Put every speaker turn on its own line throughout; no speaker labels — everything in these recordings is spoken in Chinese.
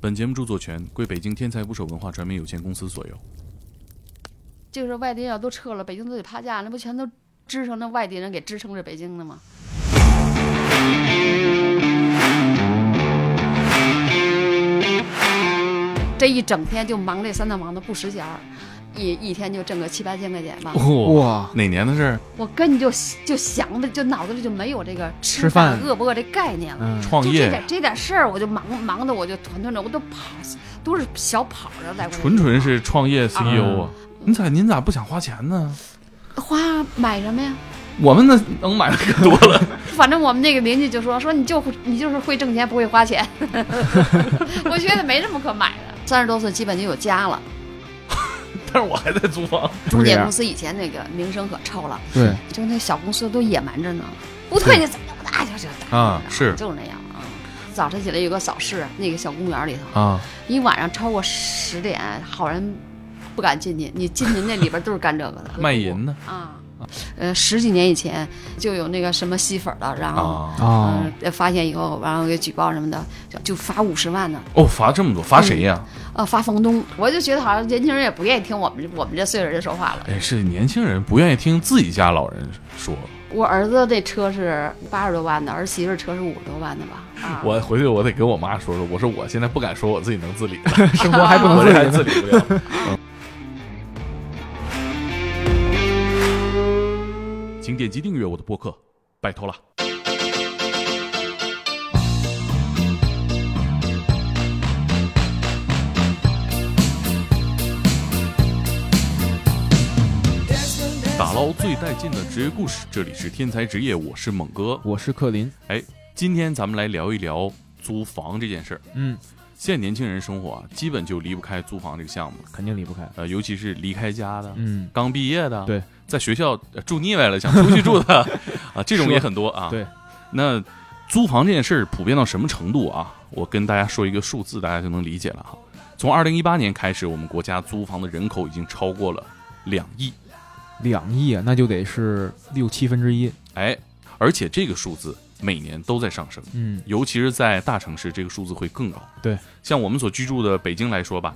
本节目著作权归北京天才捕手文化传媒有限公司所有。
这个时候外地要都撤了，北京都得趴架，那不全都支撑着外地人给支撑着北京的吗？这一整天就忙这三大忙的不时闲儿，一一天就挣个七八千块钱吧。
哇，
哇，
哪年的事儿？
我根本就就想的就脑子里就没有这个吃
吃饭
饭饿不饿这概念了。
嗯，
创
就这点
业
这点事儿，我就忙忙的，我就团团转，我都跑，都是小跑着来。
纯纯是创业 CEO 啊
啊！
您咋您咋不想花钱呢？
花买什么呀？
我们那能买的可多了。
反正我们那个邻居就说说你就你就是会挣钱不会花 钱，我觉得没什么可买的。三十多岁基本就有家了，
但是我还在租房。
中
这
介
样
公司以前那个名声可臭了，
对，
就那小公司都野蛮着呢，不退你怎么大就这
啊是
就是那样啊。早晨起来有个早市，那个小公园里头，
啊，
一晚上超过十点，好人不敢进去。你进去那里边都是干这个的
卖淫呢
啊。呃，十几年以前就有那个什么吸粉的，然后
啊！
哦
嗯、，呃发现以后，然后给举报什么的，就就罚五十万呢，
哦，罚这么多，罚谁呀？
呃，罚房东。我就觉得好像年轻人也不愿意听我们这我们这岁数人说话了。
哎，是年轻人不愿意听自己家老人说。
我儿子这车是八十多万的，儿媳妇车是五十多万的吧？啊，
我回去我得给我妈说说，我说我现在不敢说我自己能自理了，
生活还不能
我
自
这
理
还
呢，
自理不了。嗯请点击订阅我的播客，拜托了。打捞最带劲的职业故事，这里是天才职业，我是猛哥，
我是克林，
哎，今天咱们来聊一聊租房这件事儿。
嗯，
现在年轻人生活啊，基本就离不开租房这个项目，
肯定离不开，
呃，尤其是离开家的，
嗯，
刚毕业的，
对，
在学校呃住腻歪了想出去住 的啊，这种也很多啊。
对，
那租房这件事儿普遍到什么程度啊？我跟大家说一个数字，大家就能理解了哈。从二零一八年开始，我们国家租房的人口已经超过了两亿，
两亿啊，那就得是六七分之一，
哎，而且这个数字每年都在上升。
嗯，
尤其是在大城市，这个数字会更高。
对，
像我们所居住的北京来说吧，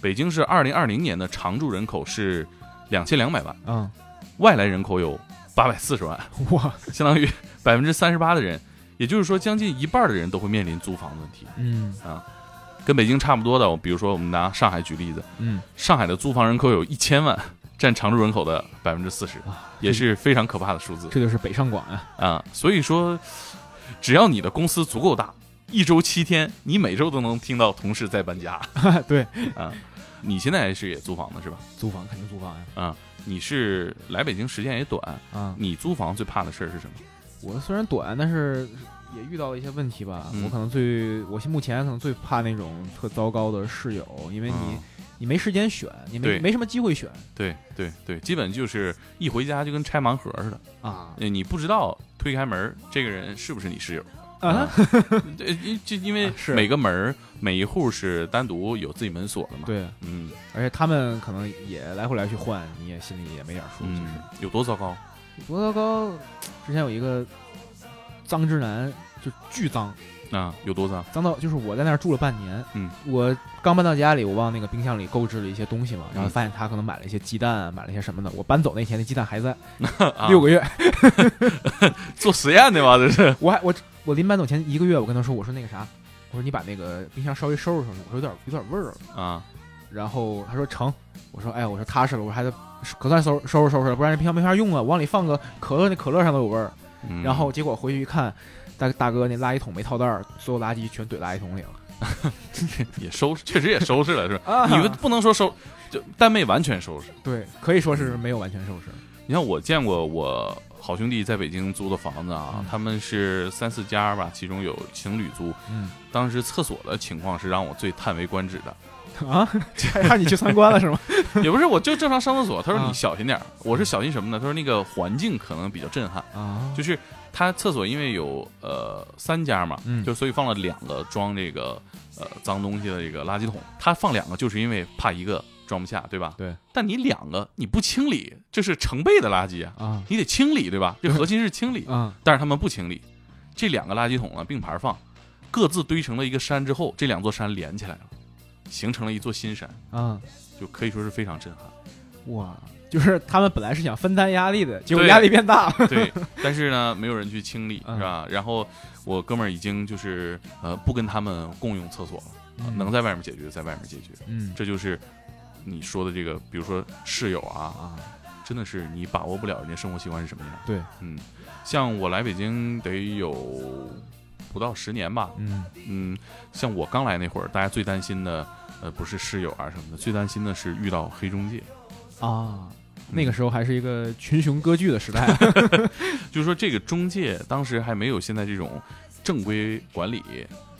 北京是二零二零年的常住人口是两千两百万，
啊，
外来人口有八百四十万，
哇，
相当于百分之三十八的人，也就是说将近一半的人都会面临租房的问题。
嗯
跟北京差不多的，比如说我们拿上海举例子，
嗯，
上海的租房人口有一千万，占常住人口的百分之四十，
啊，
也是非常可怕的数字
这就是北上广啊，
啊、所以说，只要你的公司足够大。一周七天，你每周都能听到同事在搬家。
对，
啊，你现在是也租房的是吧？
租房肯定租房啊呀，
你是来北京时间也短，
啊，
你租房最怕的事儿是什么？
我虽然短，但是也遇到了一些问题吧。
嗯
我可能最，我现目前可能最怕那种特糟糕的室友，因为你、
嗯
你没时间选，你
对
没没什么机会选
对对对，基本就是一回家就跟拆盲盒似的，
啊
呃你不知道推开门儿这个人是不是你室友。
啊！
对，因就因为
啊是
每个门儿每一户是单独有自己门锁的嘛。，
对，
嗯
而且他们可能也来回来去换，你也心里也没点数。其
嗯
实，
有多糟糕？
多糟糕！之前有一个脏之男，就巨脏，
啊，有多脏？
脏到就是我在那儿住了半年，
嗯，
我刚搬到家里，我往那个冰箱里购置了一些东西嘛，然后
嗯
发现他可能买了一些鸡蛋啊，买了一些什么的。我搬走那天，那鸡蛋还在，
啊
六个月。
做实验的嘛，这是。
我还我我临搬走前一个月，我跟他说，我说那个啥，我说你把那个冰箱稍微收拾收拾，我说有点有点味儿了。
啊，
然后他说成，我说哎，我说踏实了，我说还得可算收拾收拾收拾了，不然这冰箱没法用啊，往里放个可乐，那可乐上都有味儿。
嗯
然后结果回去一看，大大哥那垃圾桶没套袋儿，所有垃圾全怼垃圾桶里了。
也收拾，确实也收拾了，是吧？
啊
你 们不能说收，就但没完全收拾。
对，可以说是没有完全收拾。
你看，我见过我好兄弟在北京租的房子啊
嗯，
他们是三四家吧，其中有情侣租。
嗯
当时厕所的情况是让我最叹为观止的，
啊，还让你去参观了是吗？
也不是我就正常上厕所，他说
啊
你小心点儿，我是小心什么呢？他说那个环境可能比较震撼，
啊
就是他厕所因为有呃三家嘛，
嗯
就所以放了两个装这个呃脏东西的这个垃圾桶，他放两个就是因为怕一个装不下，对吧？
对。
但你两个你不清理，这是成倍的垃圾啊，
啊
你得清理，对吧？这核心是清理。
啊
但是他们不清理，这两个垃圾桶呢并排放，各自堆成了一个山之后，这两座山连起来了，形成了一座新山，
啊，
就可以说是非常震撼。
哇，就是他们本来是想分担压力的，结果
对
压力变大 了。
对，但是呢，没有人去清理，
嗯
是吧？然后我哥们儿已经就是呃不跟他们共用厕所了，能
在
在外面解决在外面解决，
嗯
这就是你说的这个，比如说室友啊，
啊，
真的是你把握不了人家生活习惯是什么样。
对，
嗯，像我来北京得有不到十年吧，
嗯
嗯，像我刚来那会儿，大家最担心的呃不是室友啊什么的，最担心的是遇到黑中介。嗯
啊，那个时候还是一个群雄割据的时代。
就是说这个中介当时还没有现在这种正规管理，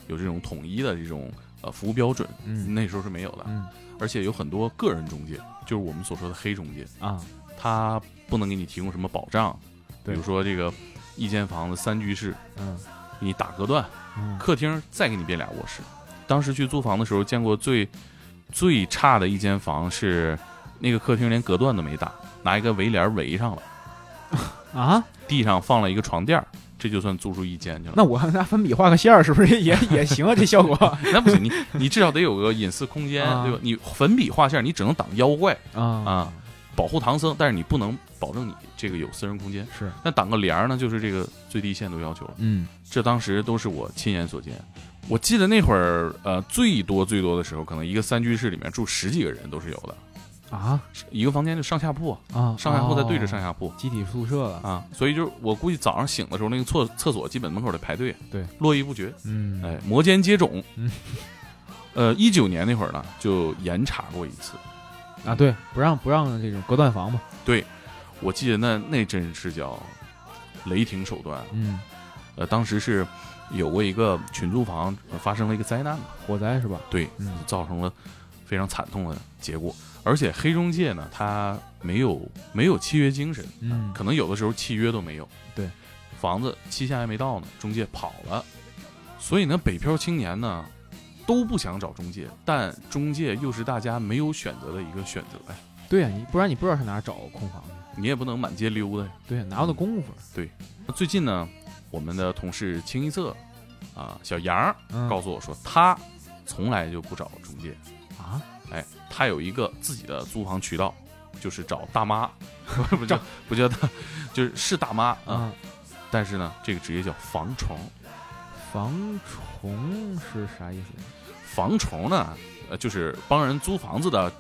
有这种统一的这种呃服务标准，
嗯
那时候是没有的。
嗯
而且有很多个人中介，就是我们所说的黑中介，
啊，
他不能给你提供什么保障，比
对
如说这个一间房子三居室，
嗯
你打隔断，
嗯
客厅再给你变俩卧室。当时去租房的时候，见过最最差的一间房是那个客厅连隔断都没打，拿一个围帘围上了，
啊，
地上放了一个床垫儿，这就算租出一间去了。
那我拿粉笔画个线儿，是不是也也行啊？这效果
那不行，你你至少得有个隐私空间，
啊
对吧？你粉笔画线，你只能挡妖怪
啊
啊，保护唐僧，但是你不能保证你这个有私人空间。
是
但挡个帘儿呢，就是这个最低限度要求了。
嗯
这当时都是我亲眼所见。我记得那会儿，呃，最多最多的时候，可能一个三居室里面住十几个人都是有的，
啊
一个房间就上下铺，
啊，
上下铺再对着
哦
上下铺、
集体宿舍了。
啊，所以就是我估计早上醒的时候，那个厕厕所基本门口得排队，
对，
络绎不绝。
嗯
哎，摩肩接踵。
嗯，
呃，一九年那会儿呢，就严查过一次。
啊，对，不让不让这种隔断房嘛。
我记得那那真是叫雷霆手段。
嗯，
呃，当时是有过一个群租房、呃发生了一个灾难嘛，
火灾是吧？
对，
嗯
造成了非常惨痛的结果。而且黑中介呢，他没有没有契约精神，
嗯
可能有的时候契约都没有。
对，
房子期限还没到呢，中介跑了，所以呢，北漂青年呢都不想找中介，但中介又是大家没有选择的一个选择呀，哎
对啊呀，你不然你不知道上哪儿找空房去。
你也不能满街溜达呀。
对呀，啊哪有那功夫？
那最近呢，我们的同事清一色啊，小杨儿
嗯
告诉我说，他从来就不找中介，
啊，
哎，他有一个自己的租房渠道，就是找大妈， 不叫不叫大，就是是大妈啊、
啊，
但是呢，这个职业叫房虫。
防虫是啥意思？，
防虫呢，呃，就是帮人租房子的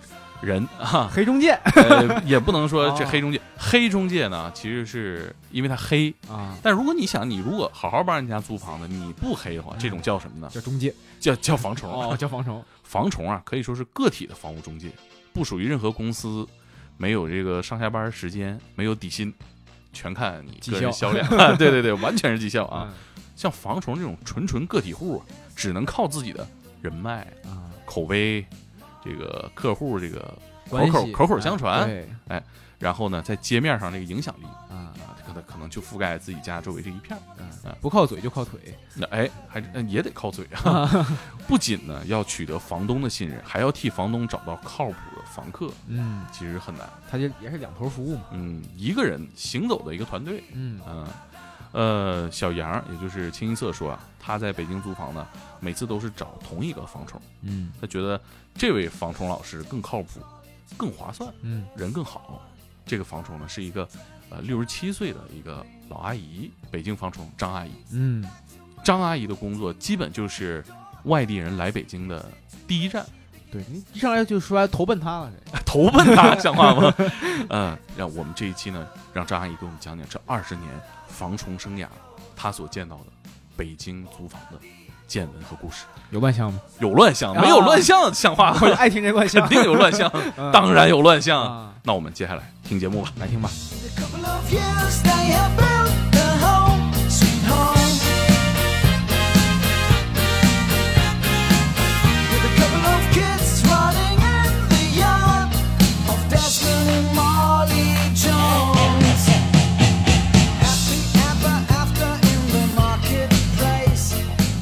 人 啊
黑中介
呃，也不能说这
哦
黑中介。黑中介呢，其实是因为他黑。
啊，
但如果你想，你如果好好帮人家租房子，你不黑的话，这种叫什么呢？
叫中介
叫叫房虫。
嗯 哦，叫防虫
房虫啊，可以说是个体的房屋中介，不属于任何公司，没有这个上下班时间，没有底薪，全看你个人
绩效嗯
销量。啊 对对对，完全是绩效啊。像房虫这种纯纯个体户啊，只能靠自己的人脉、
嗯啊，
口碑，这个客户这个口
关
口
系
口口相传，
哎对
然后呢，在街面上这个影响力
啊
啊，可能可能就覆盖自己家周围这一片儿。
啊，不靠嘴就靠腿
那哎，还呃也得靠嘴 啊！不仅呢要取得房东的信任，还要替房东找到靠谱的房客，
嗯，
其实很难。
他就也是两头服务嘛，
嗯，一个人行走的一个团队。
嗯
嗯，呃，小杨也就是清一色说啊，他在北京租房呢，每次都是找同一个房虫，
嗯
他觉得这位房虫老师更靠谱、更划算，
嗯
人更好。这个房虫呢是一个呃六十七岁的一个老阿姨，北京房虫张阿姨。
嗯
张阿姨的工作基本就是外地人来北京的第一站，
对你一上来就说投奔他了，这
投奔她，像话 吗？嗯，让我们这一期呢，让张阿姨给我们讲讲这二十年防虫生涯，她所见到的北京租房的见闻和故事。
有乱象吗？
有乱象，没有乱象，像 话吗
我？就爱听这乱象
肯，定有乱象，
嗯
当然有乱象。
啊，
那我们接下来听节目吧。
来听吧，
In a couple of years, they have built their home, sweet home. With a couple of kids running in the yard of Desmond and Molly Jones. Happy ever after in the marketplace.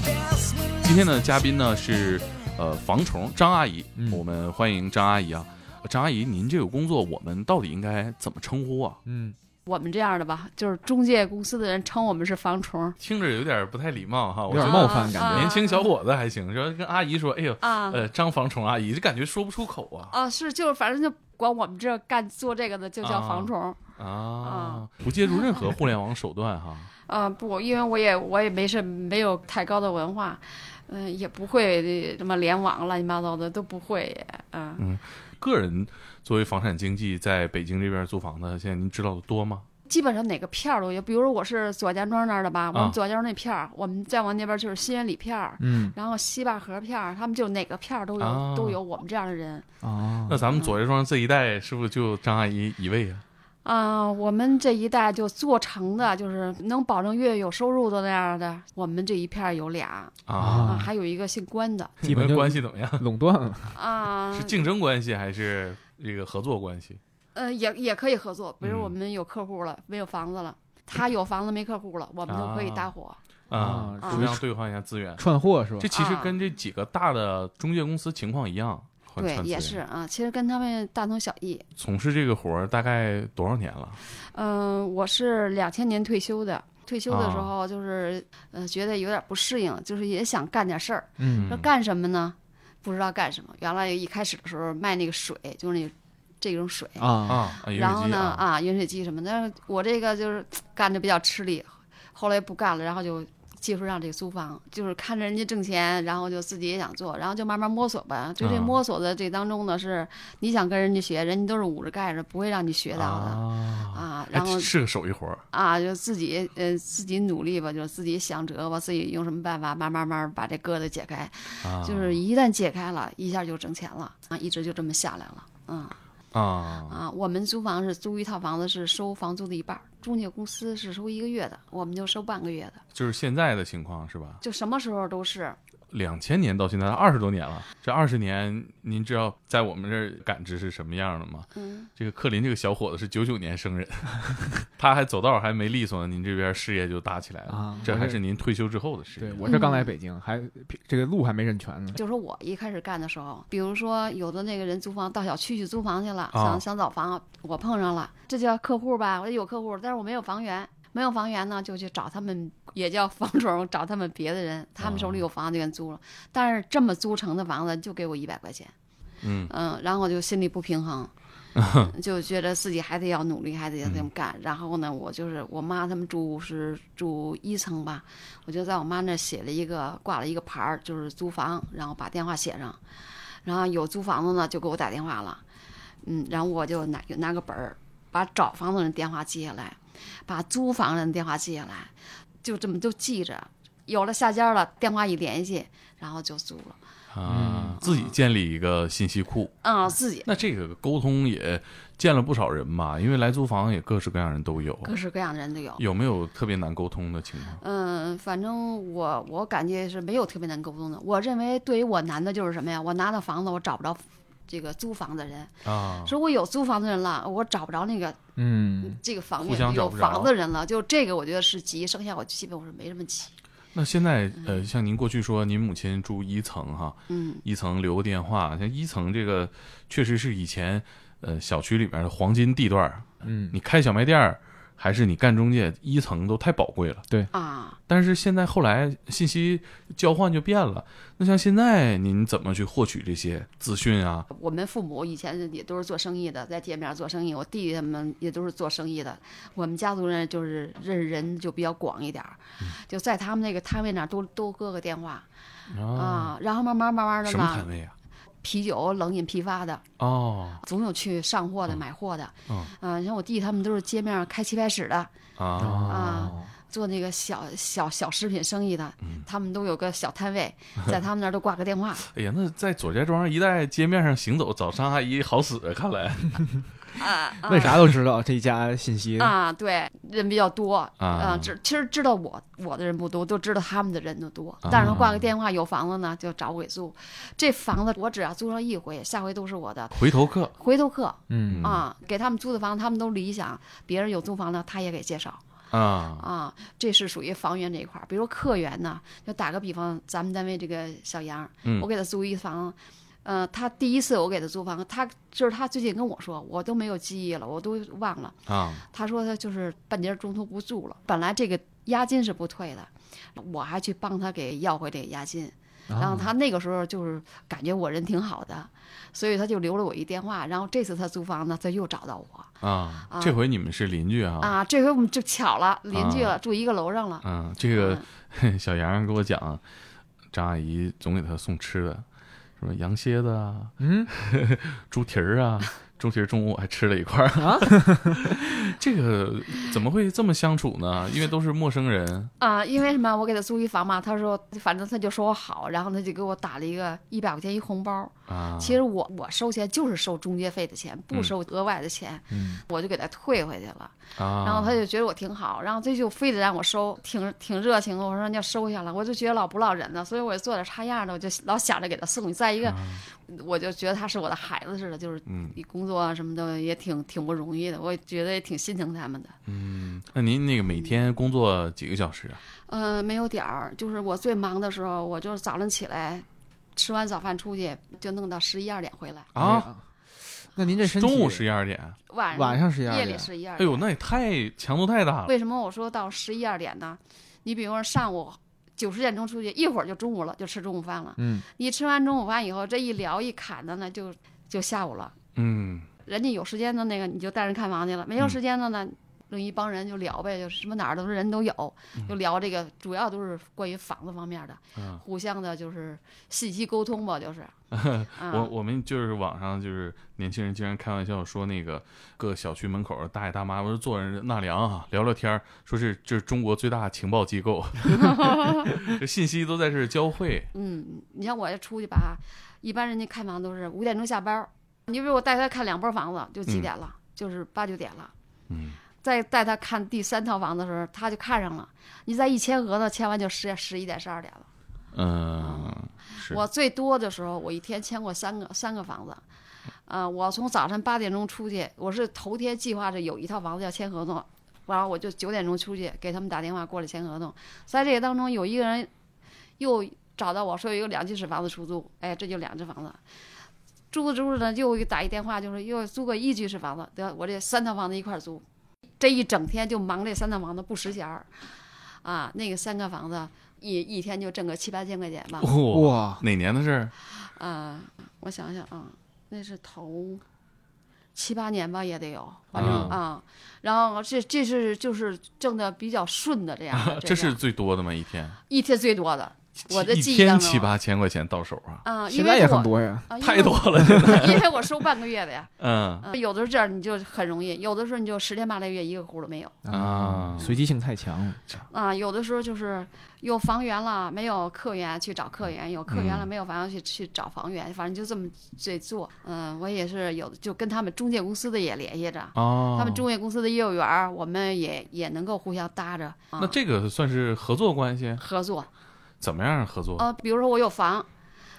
Desmond
今天的嘉宾呢是呃防虫张阿姨，
嗯
我们欢迎张阿姨啊。张阿姨，您这个工作我们到底应该怎么称呼啊？
嗯，
我们这样的吧，就是中介公司的人称我们是房虫
听着有点不太礼貌哈。
有
我
点
觉
冒犯感
得
啊
觉。
年轻小伙子还行，说跟阿姨说，哎呦，
啊
呃，张房虫阿姨，就感觉说不出口啊
啊，是就是反正就管我们这干做这个的就叫房虫。
啊，不借助任何互联网手段哈。
啊，不，因为我也我也没是没有太高的文化，嗯、也不会什么联网乱七八糟的都不会，嗯、
个人作为房产经纪，在北京这边租房的，现在您知道的多吗？
基本上哪个片儿都有。比如说我是左家庄那儿的吧，我
啊
们左家庄那片儿，我们再往那边就是新源里片儿，
嗯
然后西坝河片儿，他们就哪个片儿都有、
啊
都有我们这样的人。
啊
那咱
嗯
们左家庄这一带是不是就张阿姨一位啊？
啊、我们这一代就做成的，就是能保证月有收入的那样的，我们这一片儿有俩
啊，
啊、
啊
还有一个姓关的
你
基本
们
就
关系怎么样？
垄断了，
啊、
是竞争关系还是这个合作关系？
呃，也也可以合作，比如我
嗯
们有客户了，没有房子了，他有房子没客户了，我们就可以搭伙。
啊
啊，
互相兑换一下资源。
串货是吧
这？其实跟这几个大的中介公司情况一样，换
啊对，
串资
也
源
是啊，其实跟他们大同小异。
从事这个活儿大概多少年了？
嗯、我是两千年退休的，退休的时
啊
候就是、呃觉得有点不适应，就是也想干点事儿，
嗯
说干什么呢？不知道干什么。原来一开始的时候卖那个水，就是那这种水，
啊
啊，啊饮水
然后
机
呢
啊，
啊，饮水机什么的，但是我这个就是干的比较吃力，后来不干了，然后就接触上这个租房，就是看着人家挣钱，然后就自己也想做，然后就慢慢摸索吧。就这
啊
摸索的这当中呢，是你想跟人家学，人家都是捂着盖着，不会让你学到的
啊，
啊。然后
还是个手艺活儿
啊，就自己呃自己努力吧，就是自己想辙吧，自己用什么办法，慢慢慢慢把这疙瘩解开。
啊，
就是一旦解开了，一下就挣钱了啊，一直就这么下来了，嗯。
啊
啊，我们租房是租一套房子是收房租的一半儿，中介公司是收一个月的，我们就收半个月的，
就是现在的情况是吧？
就什么时候都是。
两千年到现在二十多年了，这二十年您知道在我们这儿感知是什么样的吗？
嗯，
这个克林这个小伙子是九九年生人， 他还走道还没利索呢，您这边事业就搭起来了，
啊！
这
我
还是您退休之后的事业。
对我这刚来北京，还这个路还没认全呢。
就说我一开始干的时候，比如说有的那个人租房到小区去租房去了，
啊
想想找房，我碰上了，这叫客户吧？我有客户，但是我没有房源，没有房源呢，就去找他们，也叫房主儿，找他们别的人，他们手里有房就给租了，但是这么租成的房子就给我一百块钱。
嗯
嗯，然后我就心里不平衡，就觉得自己还得要努力，还得要这么干。然后呢，我就是我妈他们住是住一层吧，我就在我妈那儿写了一个挂了一个牌儿，就是租房，然后把电话写上，然后有租房子呢就给我打电话了，嗯，然后我就拿拿个本儿，把找房子人电话记下来，把租房人电话记下来，就这么就记着。有了下家了，电话一联系，然后就租了。
啊，自己建立一个信息库，
嗯，自己
那这个沟通也见了不少人吧？因为来租房也各式各样人都有，
各式各样的人都有。
有没有特别难沟通的情况？
嗯，反正我我感觉是没有特别难沟通的。我认为对于我难的就是什么呀？我拿到房子，我找不着这个租房的人。
啊，
说我有租房的人了，我找不着那个
嗯，
这个房
互
源
相找
有
不着
房子人了，就这个我觉得是急。剩下我基本我是没什么急。
那现在呃，像您过去说您母亲住一层哈，
嗯，
一层留个电话，像一层这个确实是以前呃小区里面的黄金地段儿，
嗯
你开小卖店儿还是你干中介，一层都太宝贵了。
啊，
但是现在后来信息交换就变了，那像现在您怎么去获取这些资讯啊？
我们父母以前也都是做生意的，在街面做生意。我弟弟他们也都是做生意的。我们家族人就是认识人就比较广一点儿，
嗯
就在他们那个摊位那儿多多搁个电话啊，然后慢慢慢慢的
哦什么
呢
摊，位啊？
啤酒冷饮批发的。
哦
总有去上货的、买货的。
嗯
啊，你像我弟他们都是街面儿开棋牌室的，
啊
啊，做那个小小小食品生意的，
嗯
他们都有个小 摊位，在他们那儿都挂个电话
哎呀，那在左家庄一带街面上行走，找张阿姨好使，看来
啊。啊
为啥都知道这一家信息
啊，对，人比较多
啊
呃知其实知道我我的人不多，都知道他们的人就多。
啊
但是挂个电话，有房子呢就找我给租。这房子我只要租上一回，下回都是我的
回头客。
回头客
嗯
啊。给他们租的房，他们都理想，别人有租房的他也给介绍。
啊
啊，这是属于房源这一块儿。比如客源呢，就打个比方，咱们单位这个小杨儿，
嗯
我给他租一房，呃，他第一次我给他租房，他就是他最近跟我说，我都没有记忆了，我都忘了。
啊，
他说他就是半截儿中途不住了，本来这个押金是不退的，我还去帮他给要回这个押金。
啊
然后他那个时候就是感觉我人挺好的，所以他就留了我一电话。然后这次他租房呢，他又找到我
啊，这回你们是邻居啊。
啊，这回我们就巧了，邻居了，住一个楼上了。
嗯，这个 小杨跟我讲，张阿姨总给他送吃的，什么羊蝎子啊，
嗯，
猪蹄儿啊，猪蹄儿中午我还吃了一块儿
啊。
这个怎么会这么相处呢？因为都是陌生人
啊，因为什么？我给他租一房嘛，他说反正他就说我好，然后他就给我打了一个一百块钱一红包。
啊。
其实我我收钱就是收中介费的钱，不
嗯
收额外的钱，
嗯
我就给他退回去了。
啊，
然后他就觉得我挺好，然后这就非得让我收，挺挺热情的。我说你要收下了，我就觉得老不落人了，所以我也做点差样的，我就老想着给他送。再一个，
啊
我就觉得他是我的孩子似的，就是
嗯
你工作啊什么的也挺挺不容易的，我也觉得也挺心疼他们的。
嗯，那您那个每天工作几个小时啊？
呃，没有点儿，就是我最忙的时候，我就是早上起来，吃完早饭出去就弄到十一二点回来，
啊，，
哎那您这身体
中午十一二点。
晚上
晚上十一二
夜里
点，
十一二
哎
点。
呦，那也太强度太大了
为什么我说到十一二点呢？你比方说上午九十点钟出去，一会儿就中午了，就吃中午饭了。
嗯，
你吃完中午饭以后，这一聊一侃的呢，就就下午了。
嗯
人家有时间的那个，你就带人看房去了；没有
嗯
时间的呢，弄一帮人就聊呗，就是什么哪儿都人都有，就聊这个，主要都是关于房子方面的，
嗯，
互相的就是信息沟通吧， 就是。啊
我我们就是网上就是年轻人经常开玩笑说那个各小区门口大爷大妈不是坐着纳凉啊聊聊天儿，说是这是中国最大的情报机 构，这信息都在这儿交汇。
嗯，你像我这出去吧，一般人家开房都是五点钟下班儿。你比如我带他看两波房子，就
嗯
几点了？就是八九点了。
嗯，
再带他看第三套房子的时候，他就看上了。你再一签合同，签完就十十一点、十二点了。
嗯，是
我最多的时候，我一天签过三个三个房子。呃，我从早晨八点钟出去，我是头天计划着有一套房子要签合同，完了我就九点钟出去给他们打电话过来签合同。在这个当中，有一个人又找到我说有一个两居室房子出租，哎，这就两只房子。租着租着呢，又打一电话，就说又租个一居室房子，得我这三套房子一块儿租，这一整天就忙这三套房子不时闲儿，啊，那个三个房子一一天就挣个七八千块钱吧。
哇，
哇，
哪年的事儿？
啊，我想想啊，那是头七八年吧，也得有
啊，
啊。然后这这是就是挣的比较顺啊的这样的
啊这
样
是最多的吗？一天，
一天最多的，我的
一
记忆
天
当中
七八千块钱到手啊，
啊，因
现
为
在也
我
很，多呀，
啊、因
太
为
多
我，
了。
因为我收半个月的呀。
嗯
啊有的时候这样你就很容易，有的时候你就十天八个月一个轱辘没有
啊，
随机性太强了，
啊。有的时候就是有房源了没有客源去找客源，有客源了
嗯
没有房源去去找房源，反正就这么这做。嗯，我也是有就跟他们中介公司的也联系着，
哦，
他们中介公司的业务员儿，我们也也能够互相搭着。啊、
那这个算是合作关系？
合作，
怎么样合作？
呃，比如说我有房，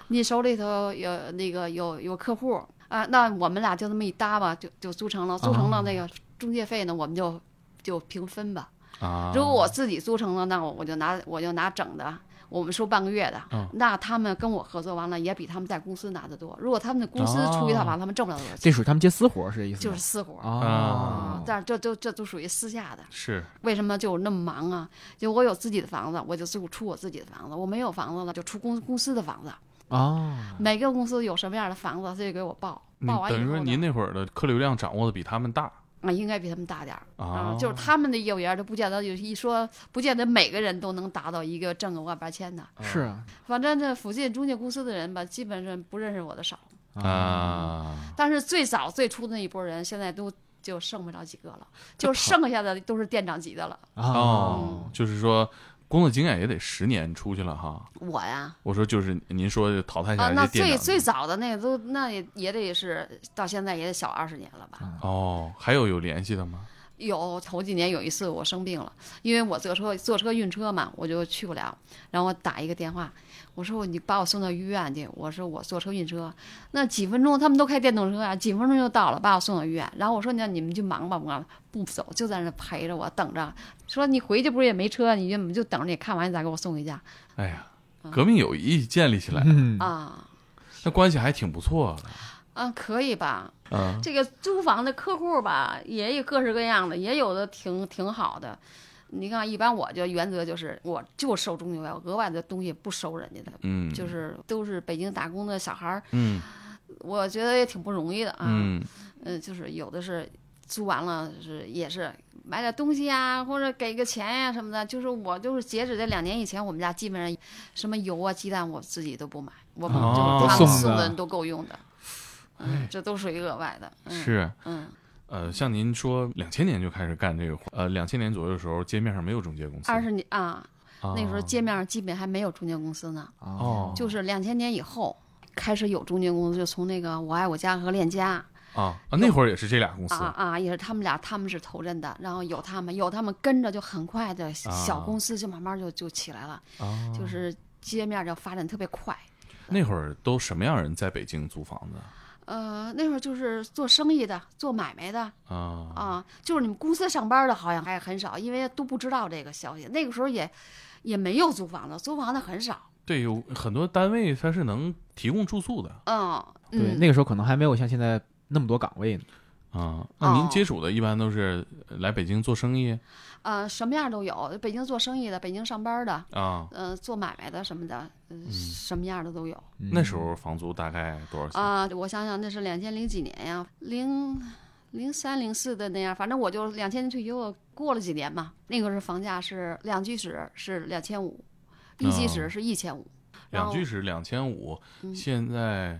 你手里头有那个有有客户啊、那我们俩就这么一搭吧，就就租成了，租
哦
成了那个中介费呢，我们就就平分吧。
啊，
如果我自己租成了，那我我就拿我就拿整的。我们收半个月的，
嗯
那他们跟我合作完了，也比他们在公司拿的多。如果他们的公司出一套房，
哦
他们挣不了多少钱，
这属于他们接私活儿是这意思
就
吗？
是私活儿
啊
啊，
但是这都这都属于私下的。
是
为什么就那么忙啊？就我有自己的房子，我就出出我自己的房子；我没有房子了，就出公公司的房子。
嗯
啊，
每个公司有什么样的房子，他就给我报，
嗯
报完
等
以
于
后
说
呢
您那会儿的客流量掌握的比他们大
啊，应该比他们大点儿
啊，
就是他们的业务员都不见得，有一说不见得每个人都能达到一个挣个万八千的。
是啊
反正这附近中介公司的人吧，基本上不认识我的少。
啊，
但是最早最初的那一波人，现在都就剩不着几个了，就剩下的都是店长级的了。
啊，
哦，就是说工作经验也得十年出去了哈。
我呀，
我说就是您说淘汰下
啊，
来
那
这店
最
长
最早的那个都那也也得是到现在也得小二十年了吧？
哦，还有有联系的吗？
有头几年有一次我生病了，因为我坐车坐车晕车嘛，我就去不了。然后我打一个电话，我说你把我送到医院去，我说我坐车晕车，那几分钟他们都开电动车啊，几分钟就到了，把我送到医院。然后我说那你们去忙吧，我不走，就在那陪着我等着。说你回去不是也没车，你就你就等着你看完你再给我送回家
哎呀，革命友谊建立起来，
嗯，
啊。
那关系还挺不错的。
啊，可以吧？
嗯，
这个租房的客户吧，也有各式各样的，也有的挺挺好的。你看，一般我就原则就是，我就收中介费，我额外的东西不收人家的，
嗯，
就是都是北京打工的小孩儿，
嗯
我觉得也挺不容易的啊。
嗯
嗯，就是有的是租完了是也是买点东西呀，或者给个钱呀什么的。就是我就是截止这两年以前，我们家基本上什么油啊、鸡蛋我自己都不买，我们
哦
就是他
都送
们
哎
送
的
的人都够用的。嗯，这都属于额外的。嗯，
是。
嗯，
呃，像您说，两千年就开始干这个活，呃，两千年左右的时候，街面上没有中介公司，
二十年啊，
啊
那个时候街面上基本还没有中介公司呢，
啊
哦，
就是两千年以后开始有中介公司，就从那个我爱我家和链家。
啊啊，那会儿也是这俩公司
啊啊，也是他们俩，他们是头阵的，然后有他们，有他们跟着，就很快的小
啊
公司就慢慢就就起来了，
啊
就是街面就发展特别快。
那会儿都什么样人在北京租房子
呃，那会儿就是做生意的、做买卖的
啊？
啊，就是你们公司上班的，好像还很少，因为都不知道这个消息。那个时候也也没有租房的，租房的很少。
对，有很多单位它是能提供住宿的
嗯，
对，
嗯
那个时候可能还没有像现在那么多岗位呢。
啊。那您
哦
接触的一般都是来北京做生意
呃，什么样都有，北京做生意的，北京上班的，
啊？
呃，做买卖的什么的，呃
嗯
什么样的都有。
那时候房租大概多少钱？
啊、我想想，那是两千零几年呀，零零三零四的那样，反正我就两千年退休了，过了几年嘛，那个是房价是两居室是两千五，一居室是一千五，然
两
后
居室两千五，
嗯
现在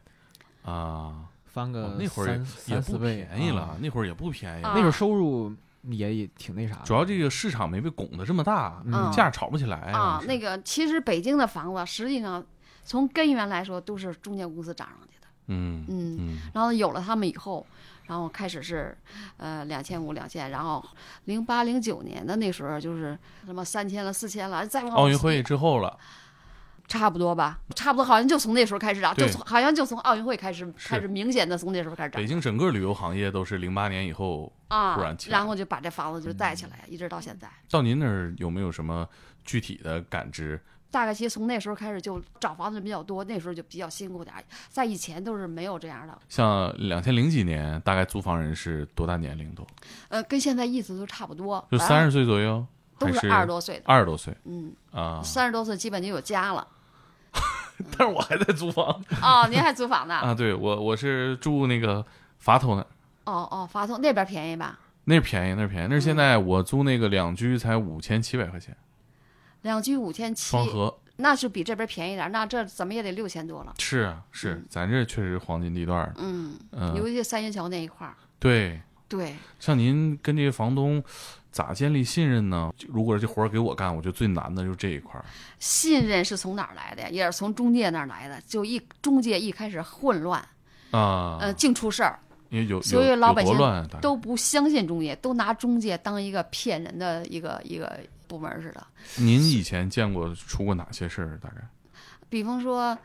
啊，
翻
哦
个
那会儿也
三
也
三
不
四倍
便宜
啊
了，那会儿也不便宜
啊
那时候收入也也挺那啥的，
主要这个市场没被拱得这么大，
嗯
价炒不起来
啊，那
个
个其实北京的房子实际上从根源来说都是中介公司涨上去的，
嗯
嗯，
嗯
然后有了他们以后。然后开始是，呃，两千五、两千，然后零八、零九年的那时候就是什么三千了、四千了，再往
奥运会之后了，
差不多吧，差不多，好像就从那时候开始涨，啊
对
就从好像就从奥运会开始
是
开始明显的从那时候开始涨
北京整个旅游行业都是零八年以后。
啊，
突然起来嗯
然后就把这房子就带起来，一直到现在。
到您那儿有没有什么具体的感知？
大概其实从那时候开始就找房子比较多，那时候就比较辛苦点儿，在以前都是没有这样的，
像两千零几年，大概租房人是多大年龄都？
呃，跟现在意思都差不多，
就三
十
十岁左右，
都
还
是
是
二十多岁的，
二十多岁
嗯，
啊？
三十多岁基本就有家了
但是我还在租房
哦，您还租房呢？
啊！对我我是住那个垡头那儿，
哦哦，法通那边便宜吧？
那儿便宜，那儿便宜，那儿现在
嗯
我租那个两居才五千七百块钱，
两居五千七
双，核
那是比这边便宜点儿，那这怎么也得六千多了，
是啊是
嗯，
咱这确实黄金地段儿，
嗯，
嗯，
尤其三元桥那一块儿，
对，
对。
像您跟这些房东咋建立信任呢？如果这活儿给我干，我觉得最难的就是这一块儿，
信任是从哪儿来的呀？也是从中介那儿来的。就一中介一开始混乱，
啊，
呃，净出事儿，
因为有
所以
有
老百
有
姓
多乱啊，大概
都不相信中介，都拿中介当一个骗人的一个一个部门儿似的。
您以前见过出过哪些事儿？大概
比方说，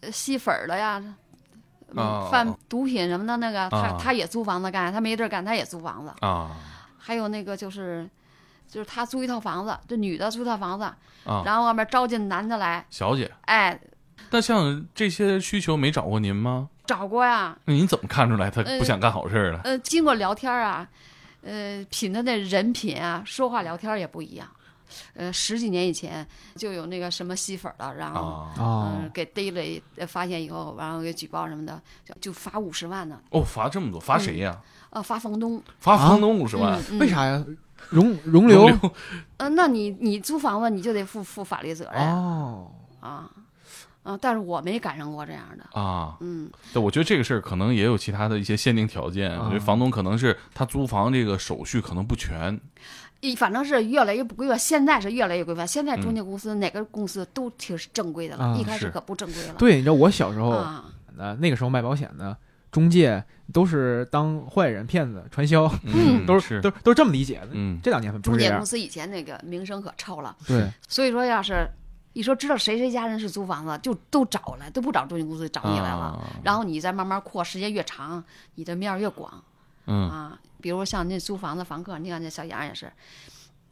呃吸粉儿的呀。
啊
嗯，贩毒品什么的那个，他
啊
他也租房子干，他没地儿干，他也租房子。
啊
还有那个就是，就是他租一套房子，这女的租一套房子，
啊，
然后外面招进男的来，
小姐，
哎，
那像这些需求没找过您吗？
找过呀，
那您怎么看出来他
呃
不想干好事儿了？
呃，经过聊天儿啊，呃，品的那人品啊，说话聊天儿也不一样。呃，十几年以前就有那个什么吸粉儿了，然后
啊，
嗯、
啊，
给逮了一，呃发现以后，然后给举报什么的，就就罚五十万呢，
哦，罚这么
嗯
多，罚谁呀？
呃，罚房东。
罚
啊
房东五十万啊
嗯，嗯
为？啥呀？容
嗯
容
刘
留哦
呃，那你你租房子你就得负负法律责任啊
哦，
啊、呃但是我没赶上过这样的，
啊，
嗯，
对，我觉得这个事儿可能也有其他的一些限定条件。
啊
我觉得房东可能是他租房这个手续可能不全，
一反正是越来越不规范，现在是越来越规范。现在中介公司、哪个公司都挺正规的了，
嗯啊
一开始
是
可不正规了。
对，你知道我小时候
啊，
呃，那个时候卖保险的中介都是当坏人、骗子、传销，
嗯
都
是
都都是这么理解的。
嗯
这两年不
中
是这
介公
样，
司以前那个名声可臭了，
对，
所以说要是一说知道谁谁家人是租房子，就都找来，都不找中介公司，找你来了。
啊，
然后你再慢慢扩，时间越长，你的面儿越广啊
嗯
啊。比如像那租房子房客，你看那小杨也是，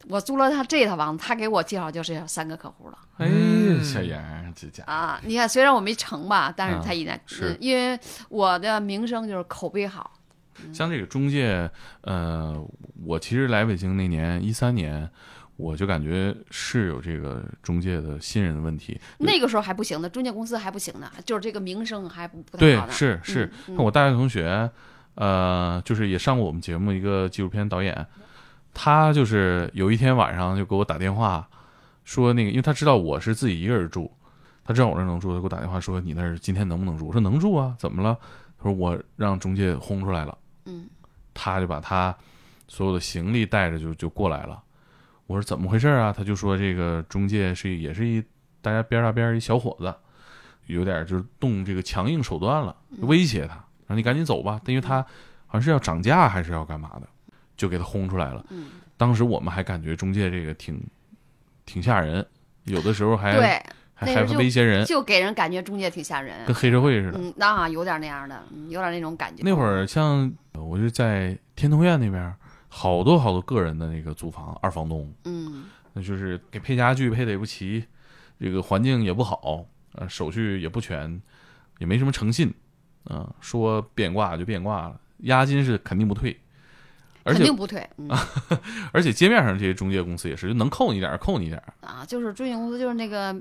我租了他这套房子，他给我介绍就是三个客户了
哎呀，
嗯
小杨儿，这家伙
啊！你看，虽然我没成吧，但
啊
是他依然、
是
嗯因为我的名声就是口碑好，
像这个中介，呃，我其实来北京那年一三年，我就感觉是有这个中介的信任的问题。
那个时候还不行的，中介公司还不行呢，就是这个名声还不不太
对
好，呢。
是是，
嗯
那、我大学同学，呃，就是也上过我们节目一个纪录片导演，他就是有一天晚上就给我打电话，说那个，因为他知道我是自己一个人住，他知道我这儿能住，他给我打电话说你那儿今天能不能住？我说能住啊，怎么了？他说我让中介轰出来了。
嗯，
他就把他所有的行李带着就就过来了。我说怎么回事啊？他就说这个中介是也是一大家边儿大边儿一小伙子，有点就是动这个强硬手段了，
嗯
威胁他，让你赶紧走吧，因为他好像是要涨价还是要干嘛的，就给他轰出来了。
嗯
当时我们还感觉中介这个挺挺吓人，有的时候还
对，
还
那
还
时候
威胁人，
就给人感觉中介挺吓人
哎跟，黑社会似的。
嗯，那有点那样的，嗯有点那种感觉。
那会儿像呃我就在天通苑那边儿，好多好多个人的那个租房二房东，
嗯，
那就是给配家具配的也不齐，这个环境也不好，呃，手续也不全，也没什么诚信，啊、说变卦就变卦了，押金是肯定不退，而
肯
且啊
定不退。嗯
而且街面上这些中介公司也是，就能扣你点儿扣你点儿，
啊，就是中介公司，就是那个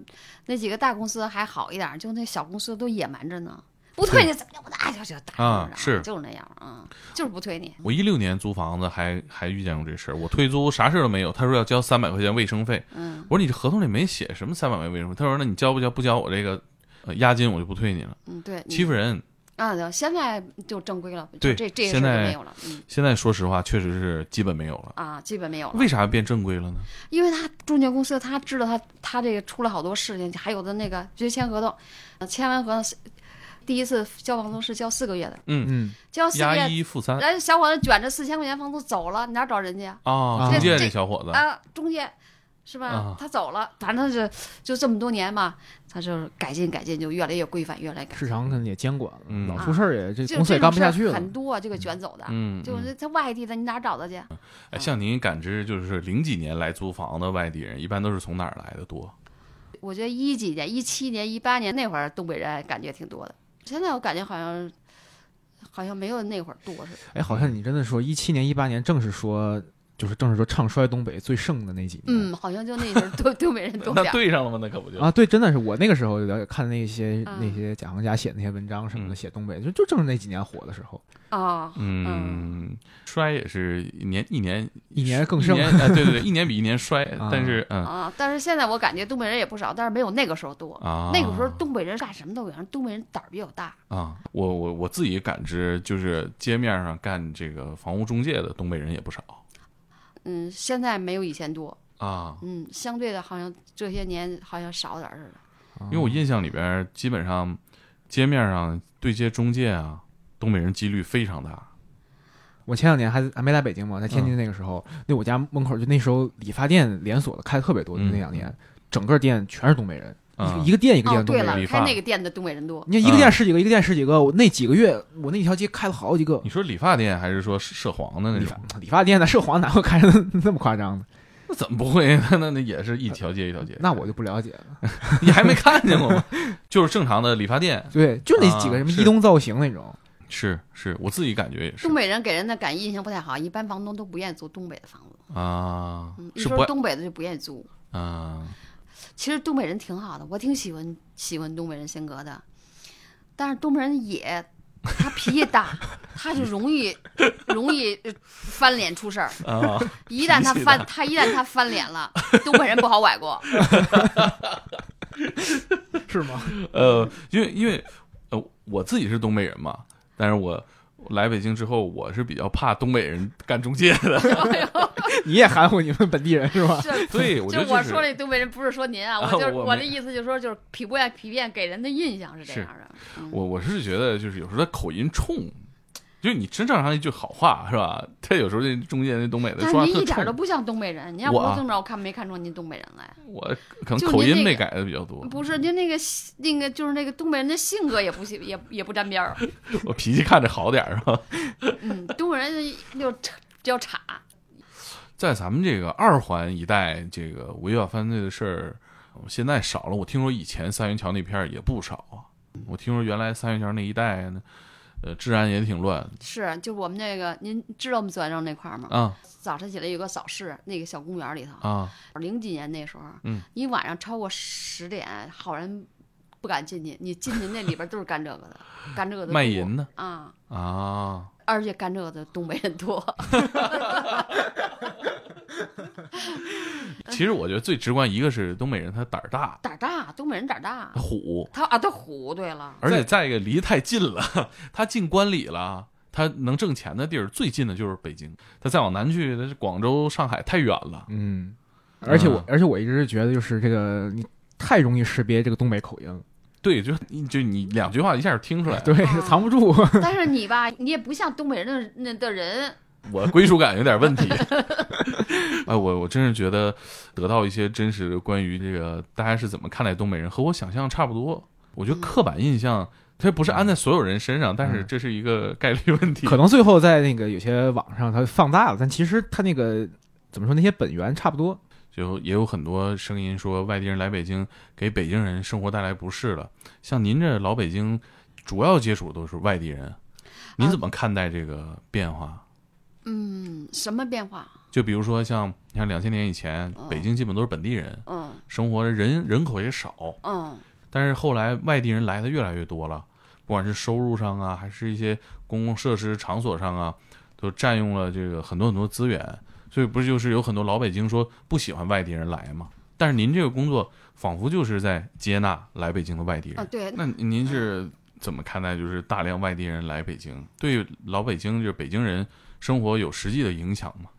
那几个大公司还好一点，就那小公司都野蛮着呢，不退你怎么着？我哎就就打
啊
着呢
是
就是那样啊，就是不退你。
我一六年租房子还还遇见过这事儿，我退租啥事儿都没有，他说要交三百块钱卫生费，
嗯
我说你这合同里没写什么三百块钱卫生费，他说那你交不交？不交我这个呃押金我就不退你了，
嗯，对，
欺负
人
人。
啊！对现在就正规了，就
对
这这些事
现
儿
在
就没有了。嗯
现在说实话，确实是基本没有了。
啊，基本没有了，
为啥变正规了呢？
因为他中介公司他知道他他这个出了好多事情，还有的那个直接签合同，呃签完合同是第一次交房租是交四个月的，
嗯，
嗯，
交哦四个
押
月，呃
一付三
人家小伙子卷着四千块钱房租走了，你哪找人去啊？
啊，中
这
介
这
那小伙子，
啊，中介是吧？
啊
他走了，反正是就这么多年嘛，他就是改进改进，就越来越规范，越来越改进。
市场可能也监管了，
嗯
老出事儿也这
就
公司也干不下去
这种事
了
儿。很多啊这个卷走的，
嗯，
就
嗯
是他嗯外地的，你哪找他去？啊
哎像您感知，就是零几年来租房的外地人，一般都是从哪儿来的多？
我觉得一几年、一七年、一八年那会儿，东北人感觉挺多的。现在我感觉好像好像没有那会儿多似的。
哎，好像你真的说一七年、一八年，正是说就是正是说唱衰东北最盛的那几年。
嗯，好像就那时候东 东北人多
那
点儿。
对上了吗？那可不就
啊，对，真的是我那个时候有点看那些、
嗯
那些贾行家写那些文章什么的，
嗯
写东北就就正是那几年火的时候，
啊，
嗯，衰也是一年一年
一年更盛
一。年哎对对对，一年比一年衰
啊，
但是嗯
啊！但是现在我感觉东北人也不少，但是没有那个时候多。
啊，
那个时候东北人干什么都有，人东北人胆儿比较大。
啊，我我我自己感知就是街面上干这个房屋中介的东北人也不少
嗯，现在没有以前多。
啊，
嗯，相对的，好像这些年好像少点儿似的。
因为
啊
我印象里边儿，基本上街面上对接中介啊，东北人几率非常大。
我前两年还还没来北京嘛，在
嗯
天津那个时候，那我家门口就那时候理发店连锁的开的特别多，就那两年、整个店全是东北人，
嗯啊
一个店一个
哦，
店东
对
北人。
了
理，
开
发
那个店的东北人多。
你看一个
嗯
店十几个，一个店十几个，我那几个月我那条街开了好几个
你说理发店还是说涉黄的那
理
种？
发理发店呢，涉黄哪会开的那么夸张呢？
那怎么不会？那那那也是一条街一条街。
那我就不了解了。
你还没看见过吗？就是正常的理发店，
对，就那几个
啊
什么
是
一东造型那 种，
是是，我自己感觉也是
东北人给人的感印象不太好，一般房东都不愿意租东北的房子。
啊
嗯，，一
是
说
不
东北的就不愿意租。
啊
其实东北人挺好的，我挺喜欢喜欢东北人性格的，但是东北人也。他脾气大， 他就容易容易呃翻脸出事儿。
啊，
一旦他
脾气
翻
大，
他一旦他翻脸了，东北人不好拐 过。
是吗？
呃，因为因为呃，我自己是东北人嘛，但是我。来北京之后，我是比较怕东北人干中介 的，
你也含糊你们本地人是 吧？
这
对，我觉
就
得
我
是
说那东北人不是说您 啊，
啊
我就是
我
我
没
的意思就是说，就是皮不变皮变给人的印象是这
是
样的。嗯
我我是觉得就是有时候他口音冲，就你真正常一句好话是吧？ 他有时候那中介那东北的
但
说话
是您
特
一点都
冲，
不像东北人，您要
我
不
啊
说这么着，我看没看出您东北人来。
我可能
就
口
您
音
那
被
个
改的比较多，
不是，您那个性那个就是那个东北人的性格也不行，也也不沾边儿。
我脾气看着好点儿是吧？
嗯，东北人就就比较差。
在咱们这个二环一带，这个违法犯罪的事儿，呃现在少了。我听说以前三元桥那片儿也不少啊。我听说原来三元桥那一带呢，呃，治安也挺乱
是，就我们那个，您知道我们左安庄那块儿吗？
啊
早晨起来有个早市，那个小公园里头，
啊
零几年那时候，
嗯，
你晚上超过十点，好人不敢进去，你进去那里边都是干这个 的，干这个的
卖
多
淫的
啊，
啊！
而且干这个的东北人多，
其实我觉得最直观一个是东北人他胆儿大，
胆儿大，东北人胆儿大
他，虎，
他啊，他虎，对了，
而且再一个离太近了， 他进关里了，啊他能挣钱的地儿最近的就是北京，他再往南去，那是广州、上海太远了。
嗯，而且
啊
我而且我一直是觉得就是这个你太容易识别这个东北口音，
对，就就你两句话一下就听出来，
对
啊，
藏 不住。
但是你吧，你也不像东北人的那的人，
我归属感有点问题。 哎，我我真是觉得得到一些真实的关于这个大家是怎么看待东北人，和我想象差不多。我觉得刻板印象它不是安在所有人身上，但是这是一个概率问题。
嗯可能最后在那个有些网上它放大了，但其实它那个怎么说，那些本源差不多。
就也有很多声音说外地人来北京给北京人生活带来不适了。像您这老北京，主要接触都是外地人，您
啊
怎么看待这个变化？
嗯，什么变化？
就比如说像你看两千年以前，北京基本都是本地人，
嗯
生活人人口也少，
嗯
但是后来外地人来的越来越多了，不管是收入上啊，还是一些公共设施场所上啊，都占用了这个很多很多资源，所以不是就是有很多老北京说不喜欢外地人来嘛？但是您这个工作仿佛就是在接纳来北京的外地
啊，
人，
对，
那您是怎么看待就是大量外地人来北京，对老北京就是北京人生活有实际的影响吗？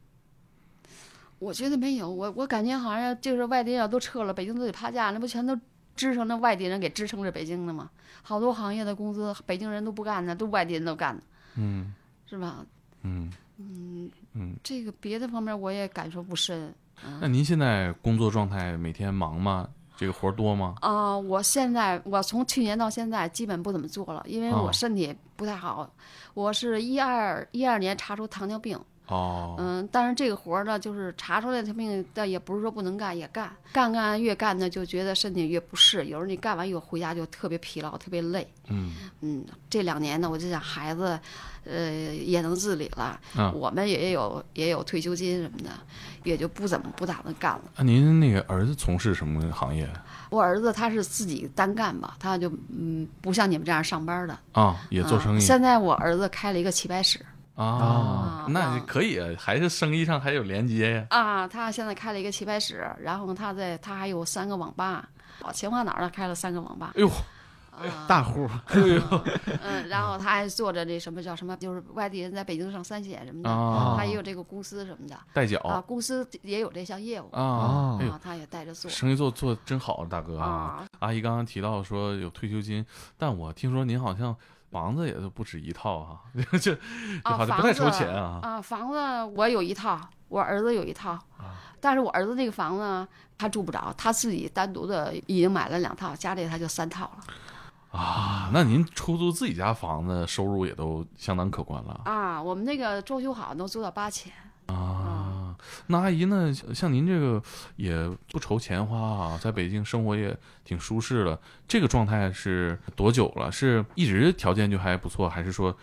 我觉得没有，我我感觉好像就是外地要都撤了，北京都得趴架，那不全都支撑着外地人给支撑着北京的吗？好多行业的工资北京人都不干呢，都外地人都干呢，
嗯
是吧？
嗯，
嗯
嗯，
这个别的方面我也感受不深。
那您现在工作状态每天忙吗？这个活儿多吗？
啊、我现在我从去年到现在基本不怎么做了，因为
哦
我身体不太好。我是一二一二年查出糖尿病，
哦，
嗯，但是这个活儿呢，就是查出来他病，但也不是说不能干，也干，干干越干呢，就觉得身体越不适。有时候你干完以后回家就特别疲劳，特别累。
嗯
嗯，这两年呢，我就想孩子，呃，也能自理了，
啊
我们也有也有退休金什么的，也就不怎么不打算干了。
啊，您那个儿子从事什么行业
我儿子他是自己单干吧，他就嗯不像你们这样上班的，
啊？也做
啊
生意
现在我儿子开了一个棋牌室
啊
啊
那就
啊
可以，啊，还是生意上还有连接呀。
啊，他现在开了一个棋牌室，然后他在他还有三个网吧，哦，秦皇岛那儿开了三个网吧
哎呦，
啊，
大户，
嗯，然后他还做着这什么叫什么，就是外地人在北京上三险什么的，
啊
他也有这个公司什么的
带脚
啊，公司也有这项业务
啊，哎呦，
他也带着做
生意做做得真好，大哥啊
啊！
阿姨刚刚提到说有退休金，但我听说您好像房子也都不止一套啊，就 就
啊，
好像
房
不
子
太愁钱啊。
啊，房子我有一套，我儿子有一套，
啊
但是我儿子那个房子呢他住不着，他自己单独的已经买了两套，家里他就三套了。
啊，那您出租自己家房子，收入也都相当可观了
啊，我们那个装修好能租到八千
啊。那阿姨呢？像像您这个也不愁钱花啊，在北京生活也挺舒适的。这个状态是多久了？是一直条件就还不错，还是说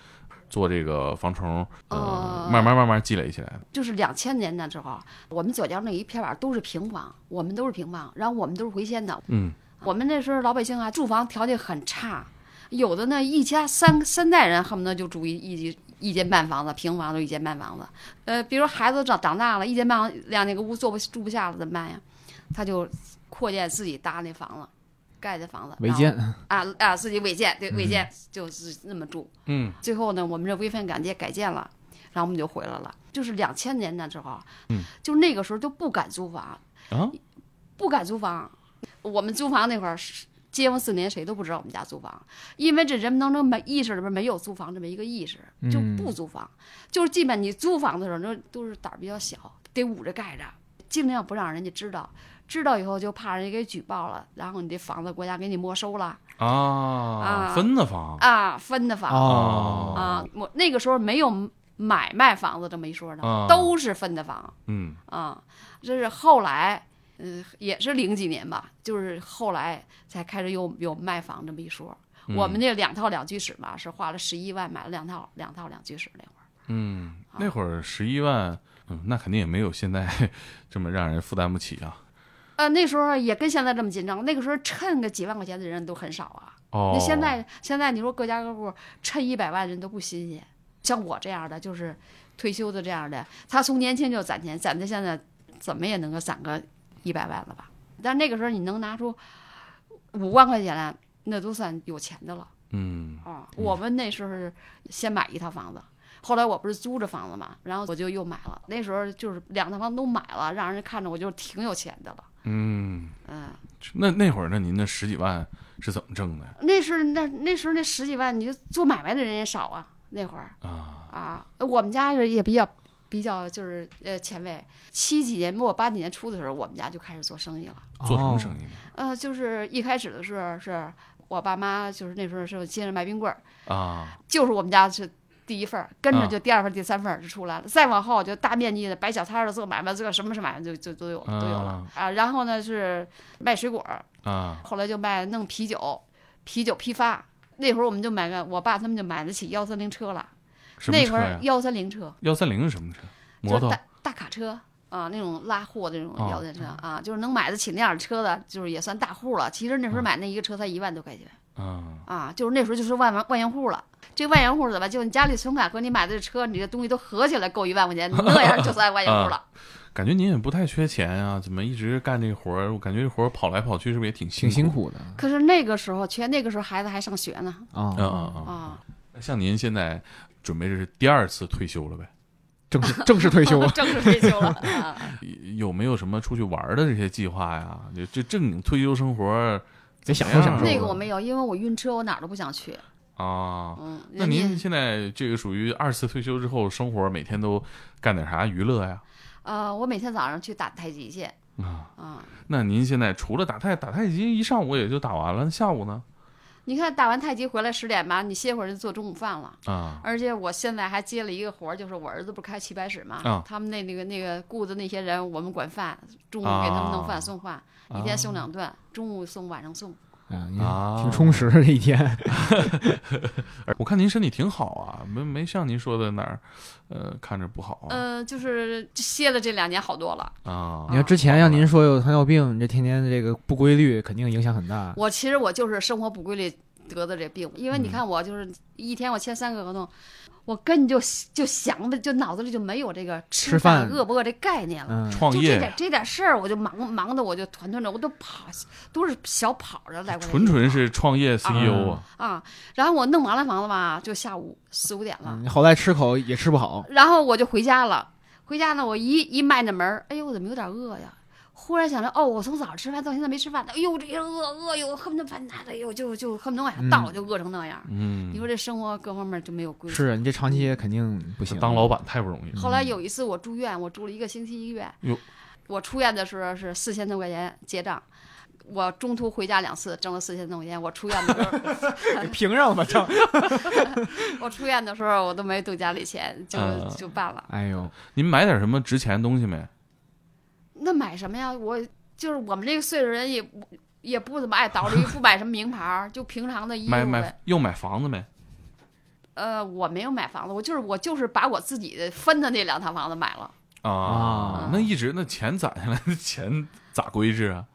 做这个防虫，呃，
呃
慢慢慢慢积累起来的？
就是两千年那时候，我们左家那一片儿都是平房，我们都是平房，然后我们都是回迁的，
嗯，
我们那时候老百姓啊，住房条件很差，有的呢一家三三代人恨不得就住一一一间半房子，平房都一间半房子。呃，比如孩子长长大了，一间半房两那个屋坐不住不下了，怎么办呀？他就扩建自己搭那房子，盖的房子，
违
然后
建，嗯
啊啊，自己违建，对违建、就是那么住。
嗯，
最后呢，我们这违反港街改建了，然后我们就回来了。就是两千年那时候，啊
嗯，
就那个时候都不敢租房，
啊，
不敢租房。我们租房那会儿是，街坊四邻谁都不知道我们家租房，因为这人们当中没意识里边没有租房这么一个意识，
嗯
就不租房。就是基本你租房的时候，那都是胆儿比较小，得捂着盖着，尽量不让人家知道。知道以后就怕人家给举报了，然后你这房子国家给你没收了
啊，
啊
分的房
啊，分的房、
哦
啊。我那个时候没有买卖房子这么一说呢，
啊
都是分的房
嗯
啊。这是后来，嗯、也是零几年吧，就是后来才开始有有卖房这么一说。
嗯
我们那两套两居室嘛，是花了十一万买了两套两套两居室那会儿。
嗯，那会儿十一万，嗯，那肯定也没有现在 这么让人负担不起啊。
呃，那时候也跟现在这么紧张，那个时候趁个几万块钱的人都很少啊。
哦，
那现在现在你说各家各户趁一百万人都不新鲜，像我这样的就是退休的这样的，他从年轻就攒钱，攒到现在怎么也能够攒个一百万了吧？但那个时候你能拿出五万块钱来，那都算有钱的了
嗯
啊、我们那时候是先买一套房子。后来我不是租着房子嘛，然后我就又买了。那时候就是两套房都买了，让人看着我就挺有钱的了。
嗯，
嗯，
那那会儿那您那十几万是怎么挣的呀
那时候那那时候那十几万，你就做买卖的人也少啊。那会儿，
啊？
啊，我们家也比较比较就是呃前卫，七几年末八几年初的时候，我们家就开始做生意了。
做什么
哦
生意呢？
呃，就是一开始的时候是我爸妈，就是那时候是接着卖冰棍儿，
啊，
就是我们家是第一份儿，跟着
啊
就第二份儿、第三份儿就出来了。再往后就大面积的摆小摊儿的做买卖，做什么是买卖就就都有都有了啊。然后呢是卖水果儿，
啊
后来就卖弄啤酒，啤酒批发。那会儿我们就买个，我爸他们就买得起幺三零车了。
什么
那
车
会儿
呀？
幺三零车，
幺三零是什么车？摩
就是
托
大大卡车啊，那种拉货的那种
哦
摇载车啊，就是能买得起那样的车的，就是也算大户了。其实
嗯
那时候买那一个车才一万多块钱
啊
啊，就是那时候就是万万万元户了。这万元户怎么？就你家里存款和你买的这车，你这东西都合起来够一万块钱，那样就算万元 户了。
感觉您也不太缺钱啊，怎么一直干这活儿？我感觉这活儿跑来跑去是不是也挺
挺辛
辛苦
苦的
可是那个时候，全那个时候孩子还上学呢
啊
啊啊啊！
啊，
像您现在准备是第二次退休了呗？
正式正式退休
正式退休了啊。
有没有什么出去玩儿的这些计划呀？这这正经退休生活儿
得享受
嗯
享受。
那个我没有，因为我晕车，我哪儿都不想去。
啊。
嗯，
那
人家
您现在这个属于二次退休之后，生活每天都干点啥娱乐呀？
呃，我每天早上去打太极去
啊，
啊。
那您现在除了打太打太极，一上午也就打完了，那下午呢？
你看打完太极回来十点吧，你歇会儿就做中午饭了。
啊，
而且我现在还接了一个活儿，就是我儿子不是开棋牌室嘛，
啊
他们那那个那个雇的那些人，我们管饭，中午给他们弄饭、
啊
送饭，一天送两顿，中午送晚上送。
啊，你
啊
挺充实的一天。
我看您身体挺好啊，没没像您说的哪儿，呃，看着不好啊。
呃，就是歇了这两年好多了。
啊
你看之前让您说有糖尿病，你这天天这个不规律，肯定影响很大。
我其实我就是生活不规律得的这病，因为你看我就是一天我签三个合同，我根本就就想的就脑子里就没有这个
吃
饭
饭
饿不饿这概念了。
嗯，
创
就这
业
点这点事儿，我就忙忙的，我就团团转，我都跑，都是小跑着来回来。
纯纯是创业 CEO 啊，
啊，然后我弄完了房子吧，就下午四五点了，
嗯你好歹吃口也吃不好，
然后我就回家了。回家呢，我一一迈那门儿，哎呦，我怎么有点饿呀？忽然想着，哦，我从早上吃饭到现在没吃饭，哎呦，这个饿饿哟，恨不得把那的，哎呦，就就恨不得往下倒，就饿成那样。
嗯
你，说这生活各方面就没有规律。
是你这长期肯定不行。
当老板太不容易了。
后来有一次我住院，我住了一个星期医院
嗯哟。
我出院的时候是四千多块钱结账，我中途回家两次挣了四千多块钱。我出院的 时候，
平上吧， 这。
我出院的时候我都没动家里钱，就
啊
就办了。
哎呦，
您买点什么值钱的东西没？
那买什么呀？我就是我们这个岁数人也不也不怎么爱捯饬，也不买什么名牌儿，就平常的衣服
买
呗。
买又买房子没？
呃，我没有买房子，我就是我就是把我自己的分的那两套房子买了。
啊，那一直那钱攒下来 的钱咋规制啊？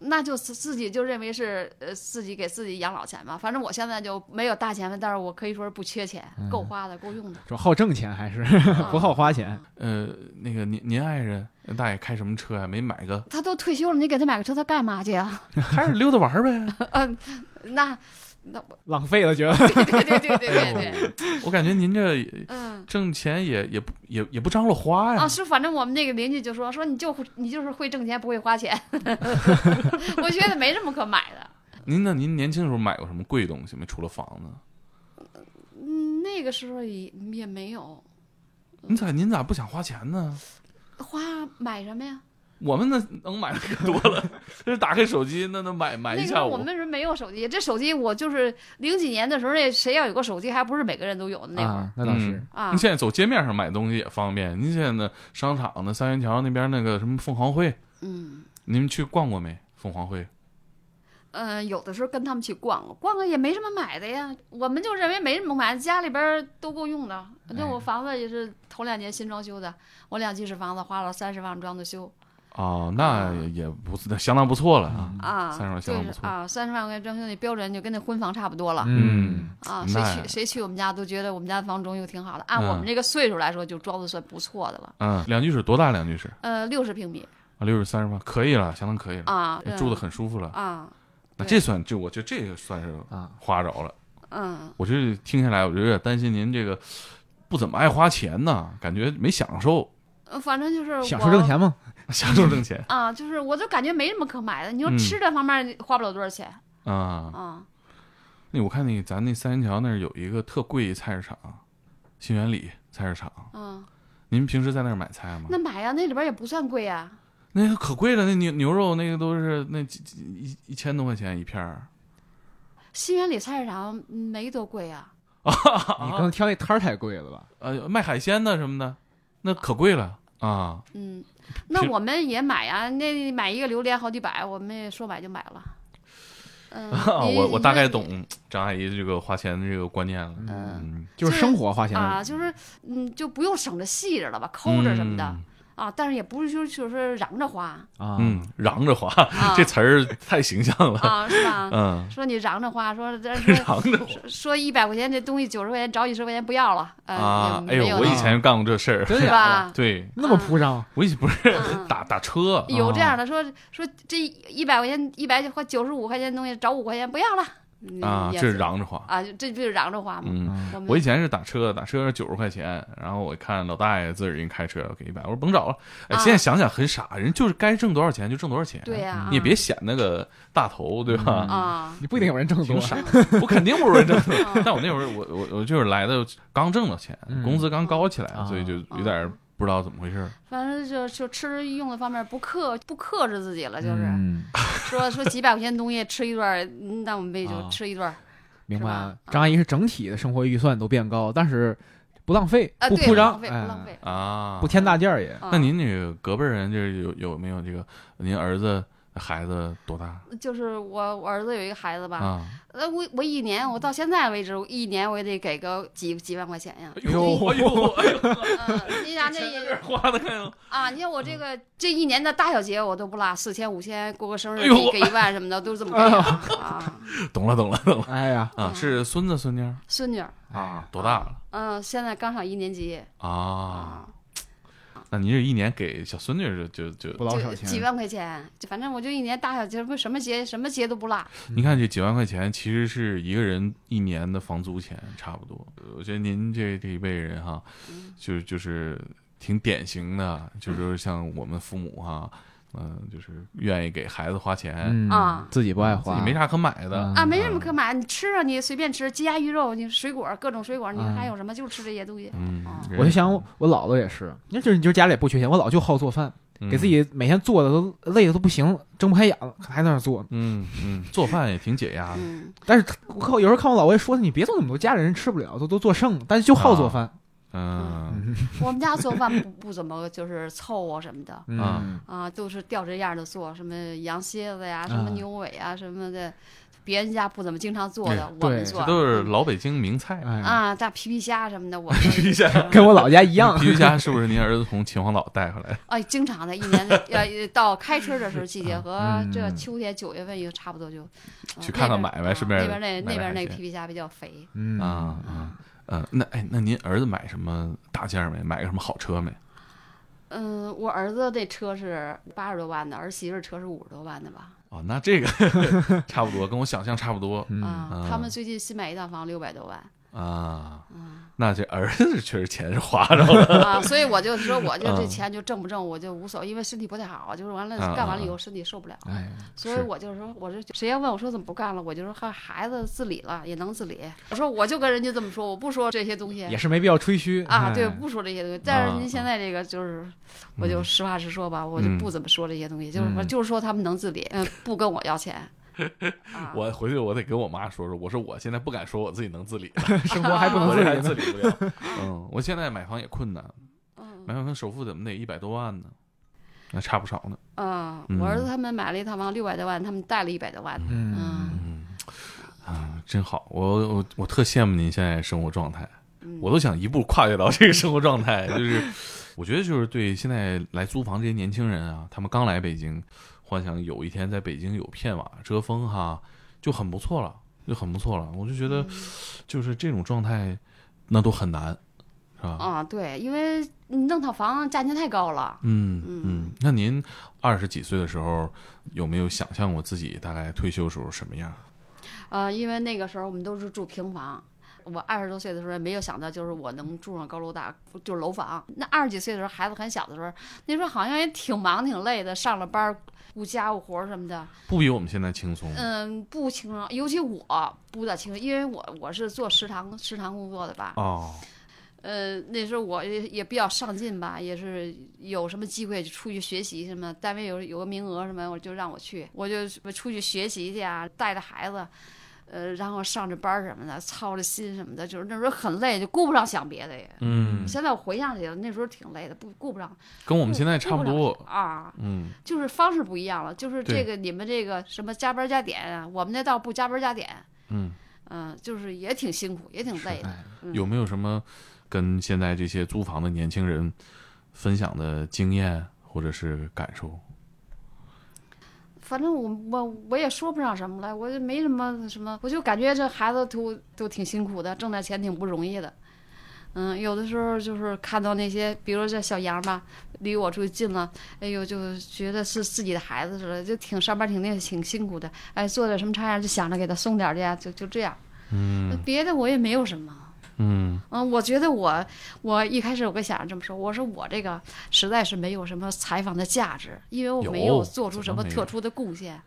那就自自己就认为是呃自己给自己养老钱吧，反正我现在就没有大钱了，但是我可以说是不缺钱，够花的，够用的。
说好挣钱还是
啊，
不好花钱？
呃，那个您您爱人大爷开什么车呀、啊没买个
他都退休了，你给他买个车，他干嘛去呀？
还是溜达玩儿呗。
那
浪费了，觉得
对对对对对对对，
我感觉您这也
嗯
挣钱也也不也也不张罗花呀。
啊，是，反正我们那个邻居就说说你就你就是会挣钱不会花钱，我觉得没什么可买的。
您呢？您年轻的时候买过什么贵东西没？除了房子，
嗯，那个时候也也没有
你咋您咋不想花钱呢？
花买什么呀？
我们那能买的可多了，就是打开手机那能买买一
那时
下
候我
午
们。那时候没有手机，这手机我就是零几年的时候，那谁要有个手机，还不是每个人都有的那会儿
啊，那倒是
嗯，
啊
你。现在走街面上买东西也方便，你现在商场那三元桥那边那个什么凤凰汇，
嗯，
你们去逛过没？凤凰汇
呃，有的时候跟他们去逛逛逛也没什么买的呀，我们就认为没什么买，家里边儿都够用的。那我房子也是头两年新装修的，我两居室房子花了三十万装的修
哦，那
嗯
也不是那相当不错了啊。
啊，
30万相
对
当不错
啊，三十万块钱装修那标准就跟那婚房差不多了。
嗯，
啊，谁
那
去谁去我们家都觉得我们家的房装修挺好的，按我们
嗯
这个岁数来说，就装的算不错的了。
嗯，两居室多大？两居室
呃，六十平米
啊，六十三十万，可以了，相当可以了，
啊，
也
嗯
住的很舒服了。
啊，
那
对
这算，这我觉得这个算是
啊
花着了。
嗯，
我这听下来，我就有点担心您这个不怎么爱花钱呢，感觉没享受，
呃反正就是
享
我
受挣钱嘛，
享受挣钱
啊，就是我就感觉没什么可买的。你说
嗯
吃的方面花不了多少钱
啊。
啊，
那我看那咱那三元桥那儿有一个特贵菜市场，新源里菜市场，
嗯，
您平时在那儿买菜吗？
那买呀，那里边也不算贵呀，
那个可贵了，那牛牛肉那个都是那几几一一千多块钱一片儿。
新源里菜市场嗯没多贵呀，
你刚才挑那摊儿太贵了吧？
呃，卖海鲜的什么的，那可贵了啊！
嗯，那
平，
我们也买呀，那买一个榴莲好几百，我们也说买就买了。嗯 你
啊我我大概。
你
懂张阿姨这个花钱的这个观念了。嗯，
就是生活花钱
啊，就是嗯，就不用省着细着了吧，抠着什么的、啊，但是也不是就就是嚷 着花
啊，
嗯，嗯，嚷着花、
啊
这词儿太形象了。
啊，是吧？
嗯，
说你嚷着花， 说这
嚷着花
说说一百块钱这东西九十块钱找你十块钱不要了，呃，
啊！哎
也没
呦，
有
我
那
以
种
前干过这事儿。
真
是
假的？
吧？啊
对，
那么铺张，
我以前不是
嗯
打打车，
有这
啊
样的说说这一百块钱一百或九十五块钱的东西找五块钱不要了嗯
啊，
也
这是嚷着花。
啊，这不就是嚷着花吗？
嗯，
嗯
我
我以
们
前是打车，打车是九十块钱，然后我看老大爷自个儿人开车给一百，我说甭找了。哎，
啊
现在想想很傻，人就是该挣多少钱就挣多少钱，
对呀
嗯你也别显那个大头，对吧？
啊
你不一定有人挣得多
挺，傻，我肯定不如人挣的。
嗯
但我那会儿我我我就是来的刚挣到钱，
嗯
工资刚高起来，
啊
所以就
嗯
有点不知道怎么回事儿。
反正就就吃用的方面不克不克制自己了，就是、
嗯，
说说几百块钱东西吃一顿儿，嗯那我们也
啊
就吃一顿儿。
明白
是吧。
了
啊
张阿姨是整体的生活预算都变高，但是不浪费
啊，，
不
对，
铺
不
张，
浪费，
哎
不浪费。
啊，
不添大件 儿也。
啊
那您那个隔辈儿人就是有有没有这个？您儿子孩子多大
就是我我儿子有一个孩子吧，
啊？
呃，我我一年我到现在为止，我一年我也得给个几几万块钱呀。
呦哎呦哎呦，
嗯，你想这
有
一
点 花的看。
啊，你看我这个这一年的大小节我都不落，四千五千过个生
哎
日
呦哎
给给一万什么的都是这么给的啊。
懂了懂了懂了
哎呀，哎
啊！是孙子孙女儿
孙女儿，
啊？多大了
嗯，现在刚上一年级
啊？
啊，
那您这一年给小孙女就就
不
就，
老
就
少
几
钱，
万块钱，就反正我就一年大小节不什么节什么节都不落。
你看这几万块钱，其实是一个人一年的房租钱差不多。我觉得您这这一辈人哈，
嗯
就就是挺典型的，就是像我们父母哈，嗯，就是愿意给孩子花钱，
嗯
啊
自己不爱
哎自
花，
己没啥可买的
嗯
啊，没什么可买，你吃啊，你随便吃，鸡鸭鱼肉，你水果各种水果，你
嗯
还有什么？就吃这些东西。
嗯，
嗯
人
哦我就想我我姥姥也是，那就是你就是家里也不缺钱，我姥就好做饭，
嗯
给自己每天做的都累的都不行，睁不开眼了，还在那儿做。
嗯嗯，做饭也挺解压的。
嗯，
但是我靠，有时候看我姥我也说她你别做那么多，家里人吃不了，都都做剩，但是就好
啊
做饭。
嗯，
我们家做饭不不怎么就是凑啊什么的
啊
嗯，
啊，都是吊着样儿的做，什么羊蝎子呀，什么
啊
牛尾啊，什么的，别人家不怎么经常做的
哎，
我
对
们做嗯
这都是老北京名菜。
哎，
啊，大皮皮虾什么的，我们
虾，
跟我老家一样
皮。皮 虾是不是您儿子从秦皇岛带回来的？
哎，经常的，一 年的呃到开春的时候季
啊
节和
嗯
这秋天九月份也差不多就啊
去看看
那边
买卖
啊
顺便
那边那
买
那
买
边那
海鲜
皮皮虾比较肥，
嗯
啊，啊嗯，那哎，那您儿子买什么大件儿没？买个什么好车没？
嗯，我儿子这车是八十多万的，儿媳妇儿车是五十多万的吧？
哦，那这个 差不多，跟我想象差不多
嗯
啊，
啊
他们最近新买一套房六百多万，
啊，
嗯
那这儿子确实钱是花着了，
啊，所以我就说，我就这
嗯
钱就挣不挣，我就无所谓，因为身体不太好，就是完了
嗯
干完了
嗯
以后身体受不了，
哎，
所以
是
我就是说，我是谁要问我说怎么不干了，我就说孩孩子自理了也能自理，我说我就跟人家这么说，我不说这些东西
也是没必要 吹嘘
啊，对，
哎
不说这些东西。但是
嗯啊嗯
您现在这个就是，我就实话实说吧，我就不怎么说这些东西，就是我
嗯
就是说他们能自理，嗯，不跟我要钱。 啊
我回去我得跟我妈说说，我说我现在不敢说我自己能自理，
生活还不能
我
哦
这
自
还
理
自
呢。
理不了。 嗯，我现在买房也困难，
嗯
买房首付怎么得一百多万呢？那差不少呢。
啊，
嗯
我儿子他们买了一套房六百多万，他们贷了一百多万。
嗯，
嗯，
啊，真好！我我我特羡慕您现在生活状态，
嗯
我都想一步跨越到这个生活状态。就是，我觉得就是对现在来租房这些年轻人啊，他们刚来北京，幻想有一天在北京有片瓦遮风哈，就很不错了，就很不错了。我就觉
嗯
得，就是这种状态，那都很难，是吧？
啊，对，因为你弄套房价钱太高了。
嗯
嗯
嗯，那您二十几岁的时候，有没有想象过自己大概退休时候什么样？
呃，因为那个时候我们都是住平房。我二十多岁的时候也没有想到，就是我能住上高楼大，就是楼房。那二十几岁的时候，孩子很小的时候，那时候好像也挺忙挺累的，上了班儿顾家务活儿什么的。
不比我们现在轻松？
嗯，不轻松，尤其我不咋轻松，因为我我是做食堂食堂工作的吧。
哦，
呃，那时候我也也比较上进吧，也是有什么机会就出去学习什么，单位有有个名额什么，我就让我去，我就出去学习去啊，带着孩子，呃，然后上着班儿什么的，操着心什么的，就是那时候很累，就顾不上想别的也。
嗯，
现在我回想起来，那时候挺累的，不顾不上。
跟我
嗯我
们现在差不多。
啊，
嗯，
就是方式不一样了，就是
对
这个你们这个什么加班加点啊，我们那倒不加班加点，
嗯，
嗯、就是也挺辛苦，也挺累的。
哎
嗯
有没有什么跟现在这些租房的年轻人分享的经验或者是感受？
反正我我我也说不上什么来，我就没什么什么，我就感觉这孩子都都挺辛苦的，挣点钱挺不容易的。嗯，有的时候就是看到那些，比如说这小杨吧，离我最近了，哎呦，就觉得是自己的孩子似的，就挺上班挺累，挺辛苦的。哎，做点什么差样，就想着给他送点儿去啊呀，就就这样。嗯，别的我也没有什么。
嗯
嗯，我觉得我我一开始我跟想着这么说，我说我这个实在是没有什么采访的价值，因为我没
有
有做出
怎
什
么
么
没有
特殊的贡献，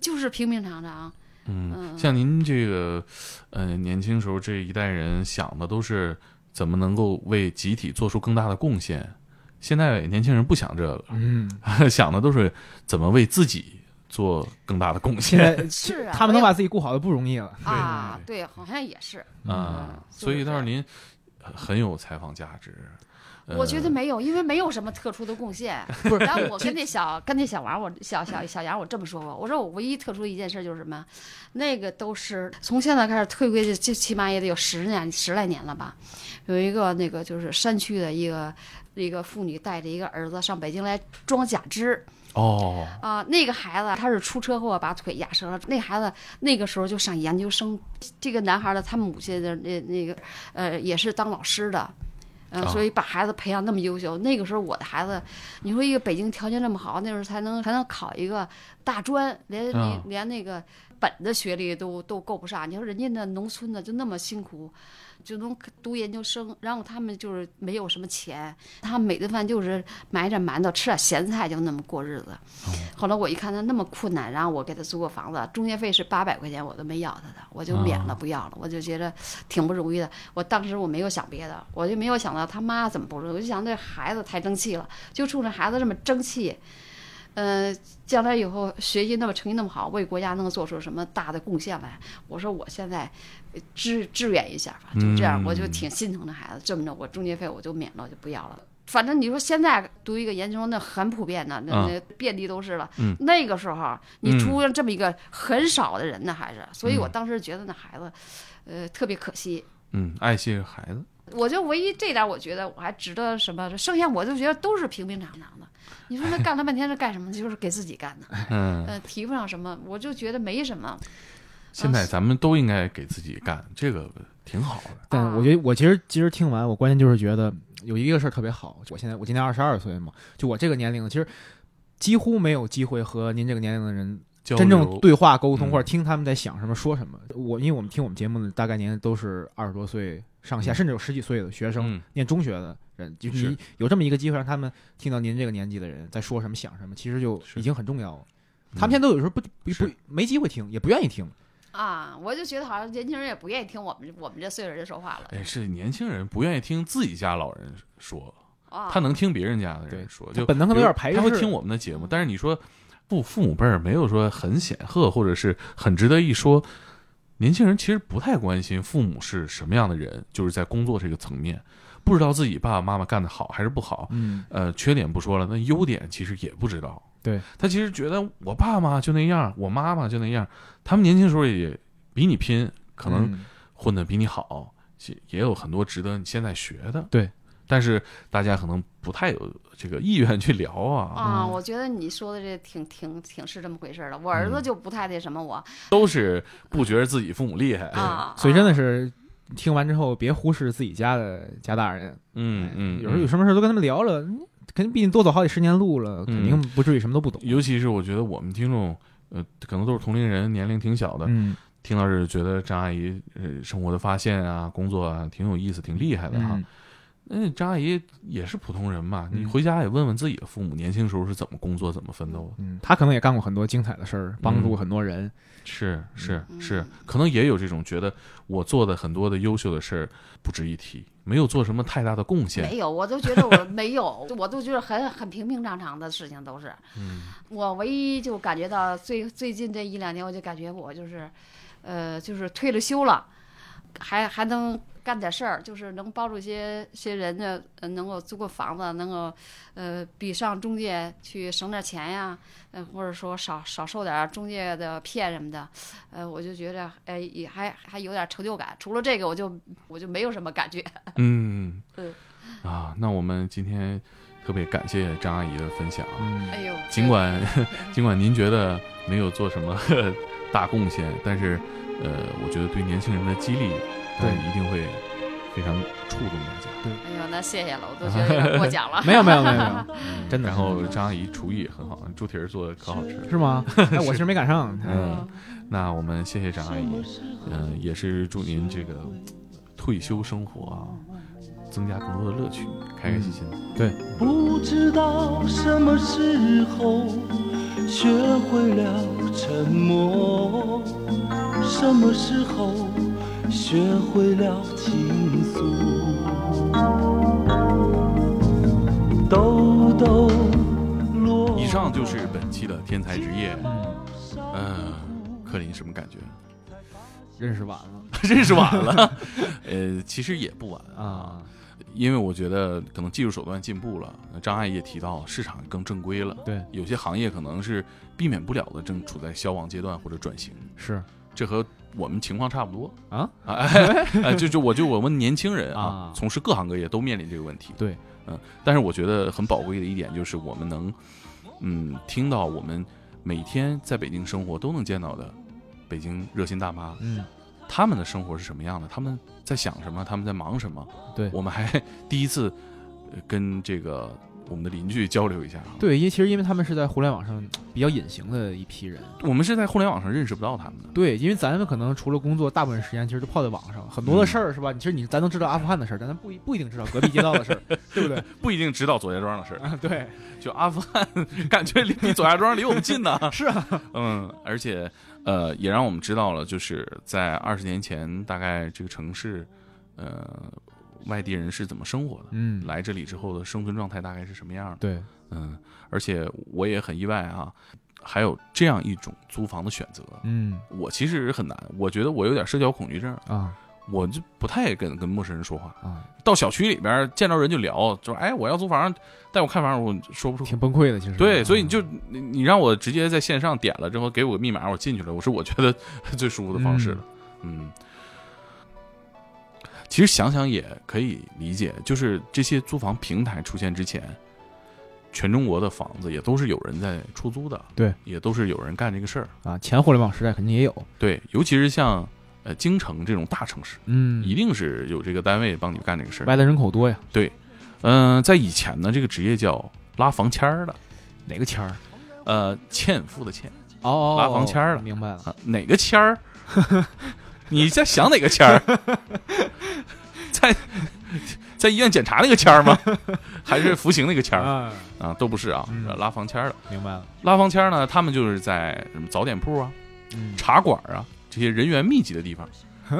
就是平平常常。
嗯，像您这个呃年轻时候这一代人想的都是怎么能够为集体做出更大的贡献，现在年轻人不想这个，
嗯，
想的都是怎么为自己做更大的贡
现
献。
在
是啊，
他们
我
能
也
把自己顾好的不容易了。
啊，对，好像也是。
啊
嗯，
所
就
以
是这
倒是
样
您很有采访价值。
我觉得
呃
没有，因为没有什么特殊的贡 献。嗯不是，然后我跟那小跟那小王，我小小小杨，我这么说过，我说我唯一特殊的一件事就是什么，那个都是从现在开始退回去，最起码也得有十年十来年了吧。有一个那个就是山区的一个一个妇女带着一个儿子上北京来装假肢
哦，
啊、那个孩子他是出车祸把腿压折了，那孩子那个时候就上研究生，这个男孩的他母亲的那那个呃也是当老师的。嗯、
啊
所以把孩子培养那么优秀，那个时候我的孩子，你说一个北京条件这么好，那时候才能才能考一个大专，连、
啊
连连那个本的学历都都够不上。你说人家那农村的就那么辛苦，就能读研究生，然后他们就是没有什么钱，他们每顿饭就是买点馒头，吃点咸菜，就那么过日子。后来我一看他那么困难，然后我给他租个房子，中介费是八百块钱，我都没要他的，我就免了不要了，我就觉得挺不容易的。我当时我没有想别的，我就没有想到他妈怎么不容易，我就想这孩子太争气了，就冲着孩子这么争气，呃，将来以后学习那么成绩那么好，为国家能够做出什么大的贡献来，我说我现在呃支支援一下吧，就这样，我就
嗯
挺心疼这孩子。这么着，我中介费我就免了，我就不要了。反正你说现在读一个研究生，那很普遍的，那
啊
那遍地都是了。
嗯
那个时候啊你
嗯
出了这么一个很少的人呢，还是，所以我当时觉得那孩子，呃，特别可惜。
嗯，爱惜孩子。
我就唯一这点，我觉得我还值得什么，剩下我就觉得都是平平常常的。你说那干了半天是干什么？就是给自己干的，
嗯，
呃，提不上什么，我就觉得没什么。
现
啊
在咱们都应该给自己干，这个挺好的。
啊
但我觉得，我其实其实听完，我关键就是觉得有一个事儿特别好。我现在我今年二十二岁嘛，就我这个年龄，其实几乎没有机会和您这个年龄的人
交
真正
流
对话沟通
嗯
或者听他们在想什么说什么。我因为我们听我们节目的大概年龄都是二十多岁上下，
嗯
甚至有十几岁的学生
嗯，
念中学的人，就是
是
你有这么一个机会让他们听到您这个年纪的人在说什么想什么，其实就是已经很重要了。
嗯
他们现在都有时候不不不
是
没机会听，也不愿意听。
啊，我就觉得好像年轻人也不愿意听我们我们这岁数人说话了。
哎，是年轻人不愿意听自己家老人说，
啊，
他能听别人家的人
对
说，
他
就
本能可能有点
比
排
如
斥。
他会听我们的节目，但是你说父父母辈儿没有说很显赫或者是很值得一说，年轻人其实不太关心父母是什么样的人，就是在工作这个层面，不知道自己爸爸妈妈干得好还是不好，
嗯，
呃，缺点不说了，那优点其实也不知道。
对
他其实觉得我爸妈就那样，我妈妈就那样，他们年轻时候也比你拼，可能
嗯
混得比你好，也也有很多值得你现在学的。
对，
但是大家可能不太有这个意愿去聊啊，
啊，
嗯
我觉得你说的这挺挺挺是这么回事儿的。我儿子
嗯
就不太那什么我
都是不觉得自己父母厉害。
啊，
所以真的
是
是听完之后，别忽视自己家的家大人。
嗯嗯，
哎有时候有
嗯
什么事儿都跟他们聊了，嗯肯定比你多走好几十年路了，肯定不至于什么都不懂。
嗯尤其是我觉得我们听众，呃，可能都是同龄人，年龄挺小的，
嗯
听到这儿觉得张阿姨呃生活的发现啊，工作啊挺有意思，挺厉害的哈。
嗯
那张阿姨也是普通人嘛，
嗯
你回家也问问自己的父母年轻时候是怎么工作、怎么奋斗的。
嗯，他可能也干过很多精彩的事儿，帮助
嗯
很多人。
是是
嗯
是，可能也有这种觉得我做的很多的优秀的事儿不值一提，没有做什么太大的贡献。
没有，我都觉得我没有，我都觉得很很平平常常的事情都是。
嗯
我唯一就感觉到最最近这一两年，我就感觉我就是，呃，就是退了休了，还还能干点事儿，就是能帮助一些些人呢，呃能够租个房子，能够呃比上中介去省点钱呀，呃或者说少少受点儿中介的骗什么的，呃我就觉着哎也还还有点成就感。除了这个，我就我就没有什么感觉。
嗯
嗯
啊，那我们今天特别感谢张阿姨的分享啊。
嗯
哎，呦，
尽管 尽管您觉得没有做什么 大贡献，但是呃，我觉得对年轻人的激励，
对。
呃一定会非常触动大家。
哎呦，那谢谢了，我都觉得有点过奖了
没有没有没有没有，真的
然后张阿姨厨艺也很好，猪蹄儿做的可好吃了。
是 吗？哎，我其实没赶上。
嗯，那我们谢谢张阿姨，嗯、也是祝您这个退休生活啊，增加更多的乐趣，开开心心的。
对，
不知道什么时候学会了沉默，什么时候学会了倾诉。兜兜落落，
以上就是本期的天才职业，
嗯，
嗯、克林什么感觉？
认识晚了
认识晚了，呃，其实也不晚啊，
啊。
因为我觉得可能技术手段进步了。张阿姨也提到，市场更正规了，
对，
有些行业可能是避免不了的，正处在消亡阶段或者转型，
是
这和我们情况差不多
啊
啊！哎哎就就我就我们年轻人啊
啊，
从事各行各业都面临这个问题。
对，
嗯，但是我觉得很宝贵的一点就是我们能，嗯，听到我们每天在北京生活都能见到的北京热心大妈，
嗯，
他们的生活是什么样的，他们在想什么，他们在忙什么。
对
我们还 第一次呃跟这个我们的邻居交流一下。，啊
对，因其实因为他们是在互联网上比较隐形的一批人。
我们是在互联网上认识不到他们的。
对，因为咱们可能除了工作，大部分时间其实都泡在网上，很多的事儿是吧？其实你咱能知道阿富汗的事儿，但咱不一不一定知道隔壁街道的事 儿，对不对？
不一定知道左家庄的事儿，
啊，对，
就阿富汗，感觉离比左家庄离我们近呢。
是啊，
嗯，而且呃，也让我们知道了，就是在二十年前，大概这个城市，呃，外地人是怎么生活的，
嗯，
来这里之后的生存状态大概是什么样的。
对，
嗯，而且我也很意外啊，还有这样一种租房的选择。
嗯
我其实很难，我觉得我有点社交恐惧症，
啊
我就不太跟跟陌生人说话。
啊，
到小区里边见着人就聊，就说哎我要租房，带我看房，我说不出口。
挺崩溃的，其实。
对，
嗯
所以你就你你让我直接在线上点了之后，给我个密码，我进去了，我是我觉得 最舒服的方式了。嗯，其实想想也可以理解，就是这些租房平台出现之前，全中国的房子也都是有人在出租的，
对，
也都是有人干这个事儿。
啊，前互联网时代肯定也有，
对，尤其是像呃京城这种大城市，
嗯
一定是有这个单位帮你干这个事儿。
外来人口多呀，
嗯、在以前呢，这个职业叫拉房签儿的，
哪个签儿
呃，欠付的欠。
哦，
拉房签儿了
明白了。
啊，哪个签儿？ 你在想哪个签儿？ 在在医院检查那个签儿吗？ 还是服刑那个签儿
啊，
啊？都不是啊，
嗯
拉房签儿的。
明白了。
拉房签儿呢，他们就是在什么早点铺啊、
嗯，
茶馆啊这些人员密集的地方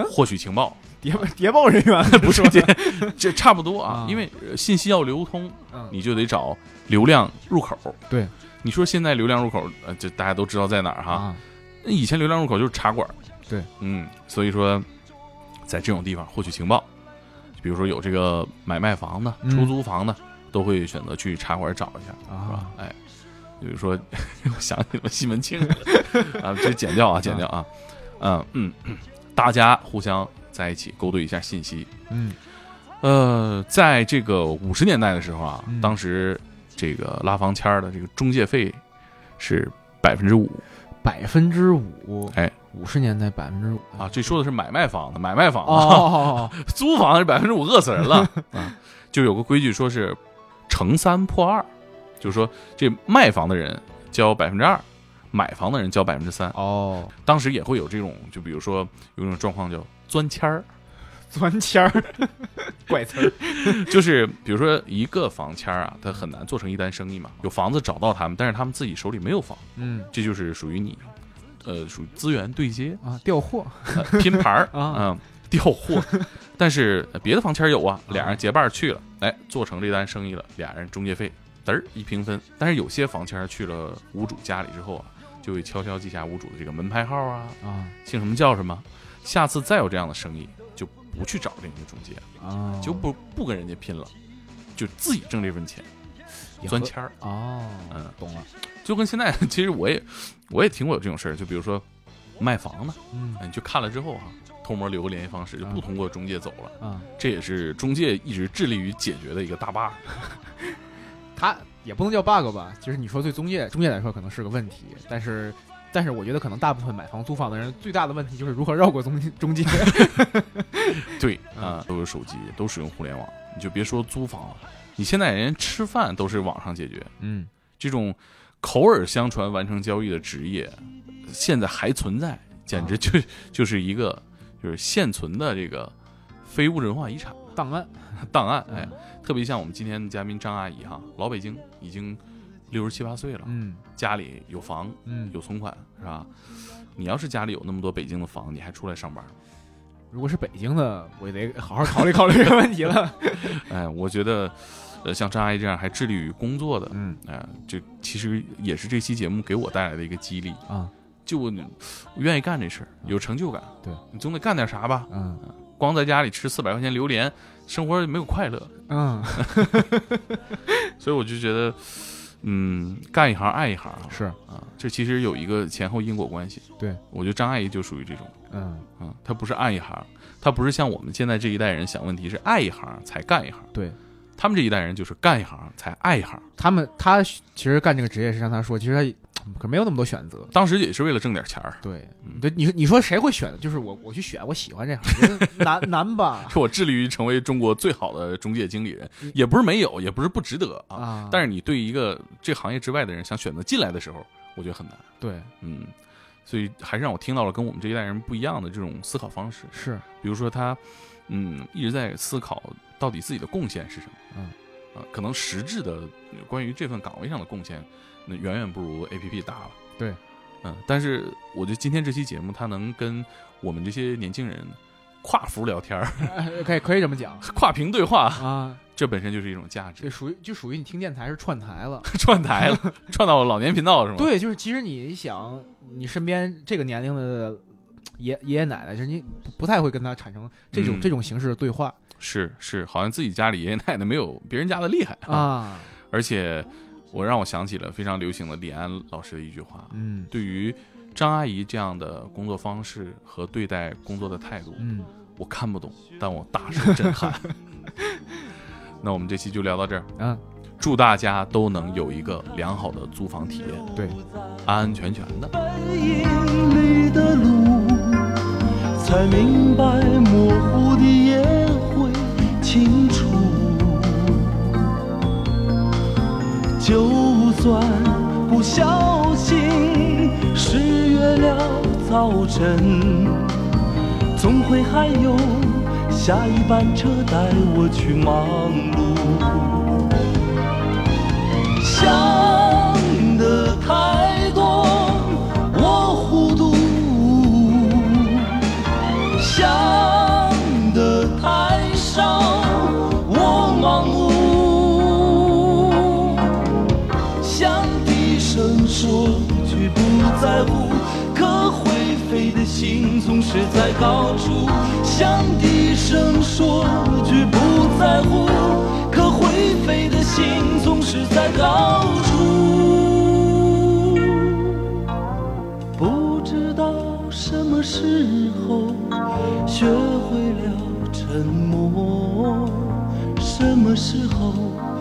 获取情报，
谍谍报人员
不是这这差不多啊
啊，
因为呃信息要流通，
嗯
你就得找流量入口。
对，
你说现在流量入口，呃，这大家都知道在哪儿哈。
啊，
那以前流量入口就是茶馆。
对，
嗯，所以说在这种地方获取情报，比如说有这个买卖房的、
嗯
出租房的，都会选择去茶馆找一下，
啊
是吧？哎，比如说， 我想起了西门庆了啊，这剪掉啊，剪掉啊，嗯嗯，大家互相在一起勾兑一下信息，
嗯
呃，在这个五十年代的时候啊，
嗯
当时这个拉房签儿的这个中介费是百分之五
百分之五，
哎，
五十年代百分之五
啊，这说的是买卖房的，买卖房
哦
的、
哦，哦哦
租房是百分之五，饿死人了啊！就有个规矩说是乘三破二，就是说这卖房的人交百分之二，买房的人交百分之三。
哦，
当时也会有这种，就比如说有一种状况叫钻签儿，
钻签儿， 怪词儿。
就是比如说一个房签儿啊，它很难做成一单生意嘛。有房子找到他们，但是他们自己手里没有房，
嗯
这就是属于你，呃，属于资源对接、
啊，调货
呃拼盘儿
啊
嗯，调 货。但是呃别的房签儿有啊，俩人结伴儿去了，哎，做成这单生意了，俩人中介费嘚儿一平分。但是有些房签儿去了屋主家里之后啊，就会悄悄记下屋主的这个门牌号啊，
啊
姓什么叫什么。下次再有这样的生意，就不去找另一个中介了。
啊，
就不不跟人家拼了，就自己挣这份钱，
也
钻
合
签儿。
哦，
嗯，
懂了。
就跟现在 其实我也我也听过有这种事儿，就比如说卖房的，
嗯
哎你去看了之后啊，偷摸留个联系方式，就不
啊
通过中介走了。
啊，
这也是中介一直致力于解决的一个大 bug。
它也不能叫 bug 吧，就是你说对中介中介来说可能是个问题，但是。但是我觉得可能大部分买房租房的人最大的问题就是如何绕过中介中介。
对啊
啊、
都有手机，都使用互联网，你就别说租房了，你现在人吃饭都是网上解决，
嗯，
这种口耳相传完成交易的职业，现在还存在，简
啊
直就、就是一个就是现存的这个非物质文化遗产
档案
档案。
嗯
哎，特别像我们今天的嘉宾张阿姨哈，老北京已经六十七八岁了，
嗯
家里有房
嗯，
有存款是吧？你要是家里有那么多北京的房，你还出来上班？
如果是北京的，我也得好好考虑考虑这个问题了。
哎，我觉得，呃，像张阿姨这样还致力于工作的，
嗯
哎、这其实也是这期节目给我带来的一个激励。
啊
就我愿意干这事儿，有成就感。
嗯对
你总得干点啥吧？
嗯
光在家里吃四百块钱榴莲，生活没有快乐。
嗯，
所以我就觉得，嗯，干一行爱一行啊
是
啊，这其实有一个前后因果关系。
对，
我觉得张阿姨就属于这种，
嗯
啊，她不是爱一行，她不是像我们现在这一代人想问题是爱一行才干一行，
对
他们这一代人就是干一行才爱一行，
他们他其实干这个职业是让他说，其实他也可没有那么多选择。
当时也是为了挣点钱儿。
对
嗯，
对，你你说谁会选？就是我，我去选，我喜欢这行， 我觉得难难吧？
我致力于成为中国最好的中介经理人，也不是没有，也不是不值得啊。
啊，
但
是
是你对一个这行业之外的人想选择进来的时候，我觉得很难。
对
嗯，所以还是让我听到了跟我们这一代人不一样的这种思考方式。
是
比如说他，嗯，一直在思考到底自己的贡献是什么。
嗯，
啊，可能实质的呃关于这份岗位上的贡献，那远远不如 A P P 大了。
对，
嗯，但是我觉得今天这期节目，它能跟我们这些年轻人跨服聊天儿、
哎 可以可以这么 讲
跨屏对话，
啊，
这本身就是一种价值
这。属于就属于你听电台是串台了。
串台 了，串到老年频道了是吗？
对，就是其实你想，你身边这个年龄的爷爷爷奶奶，就是你不不太会跟他产生这种、
嗯
这种形式的对话
是是，好像自己家里爷爷奶奶没有别人家的厉害。
啊。
而且我让我想起了非常流行的李安老师的一句话，
嗯
对于张阿姨这样的工作方式和对待工作的态度，
嗯，
我看不懂，但我大受震撼。 那我们这期就聊到这儿，
啊，
祝大家都能有一个良好的租房体验，
对，
安安全全的。
背影里的路，才明白模糊的也会清楚。就算不小心失早晨，总会还有下一班车带我去忙碌。想的太多，我糊涂；想的太少，我盲目。想低声说句不在乎，可会飞的心总是在高处。想低声说句不在乎，可会飞的心总是在高处。不知道什么时候学会了沉默，什么时候。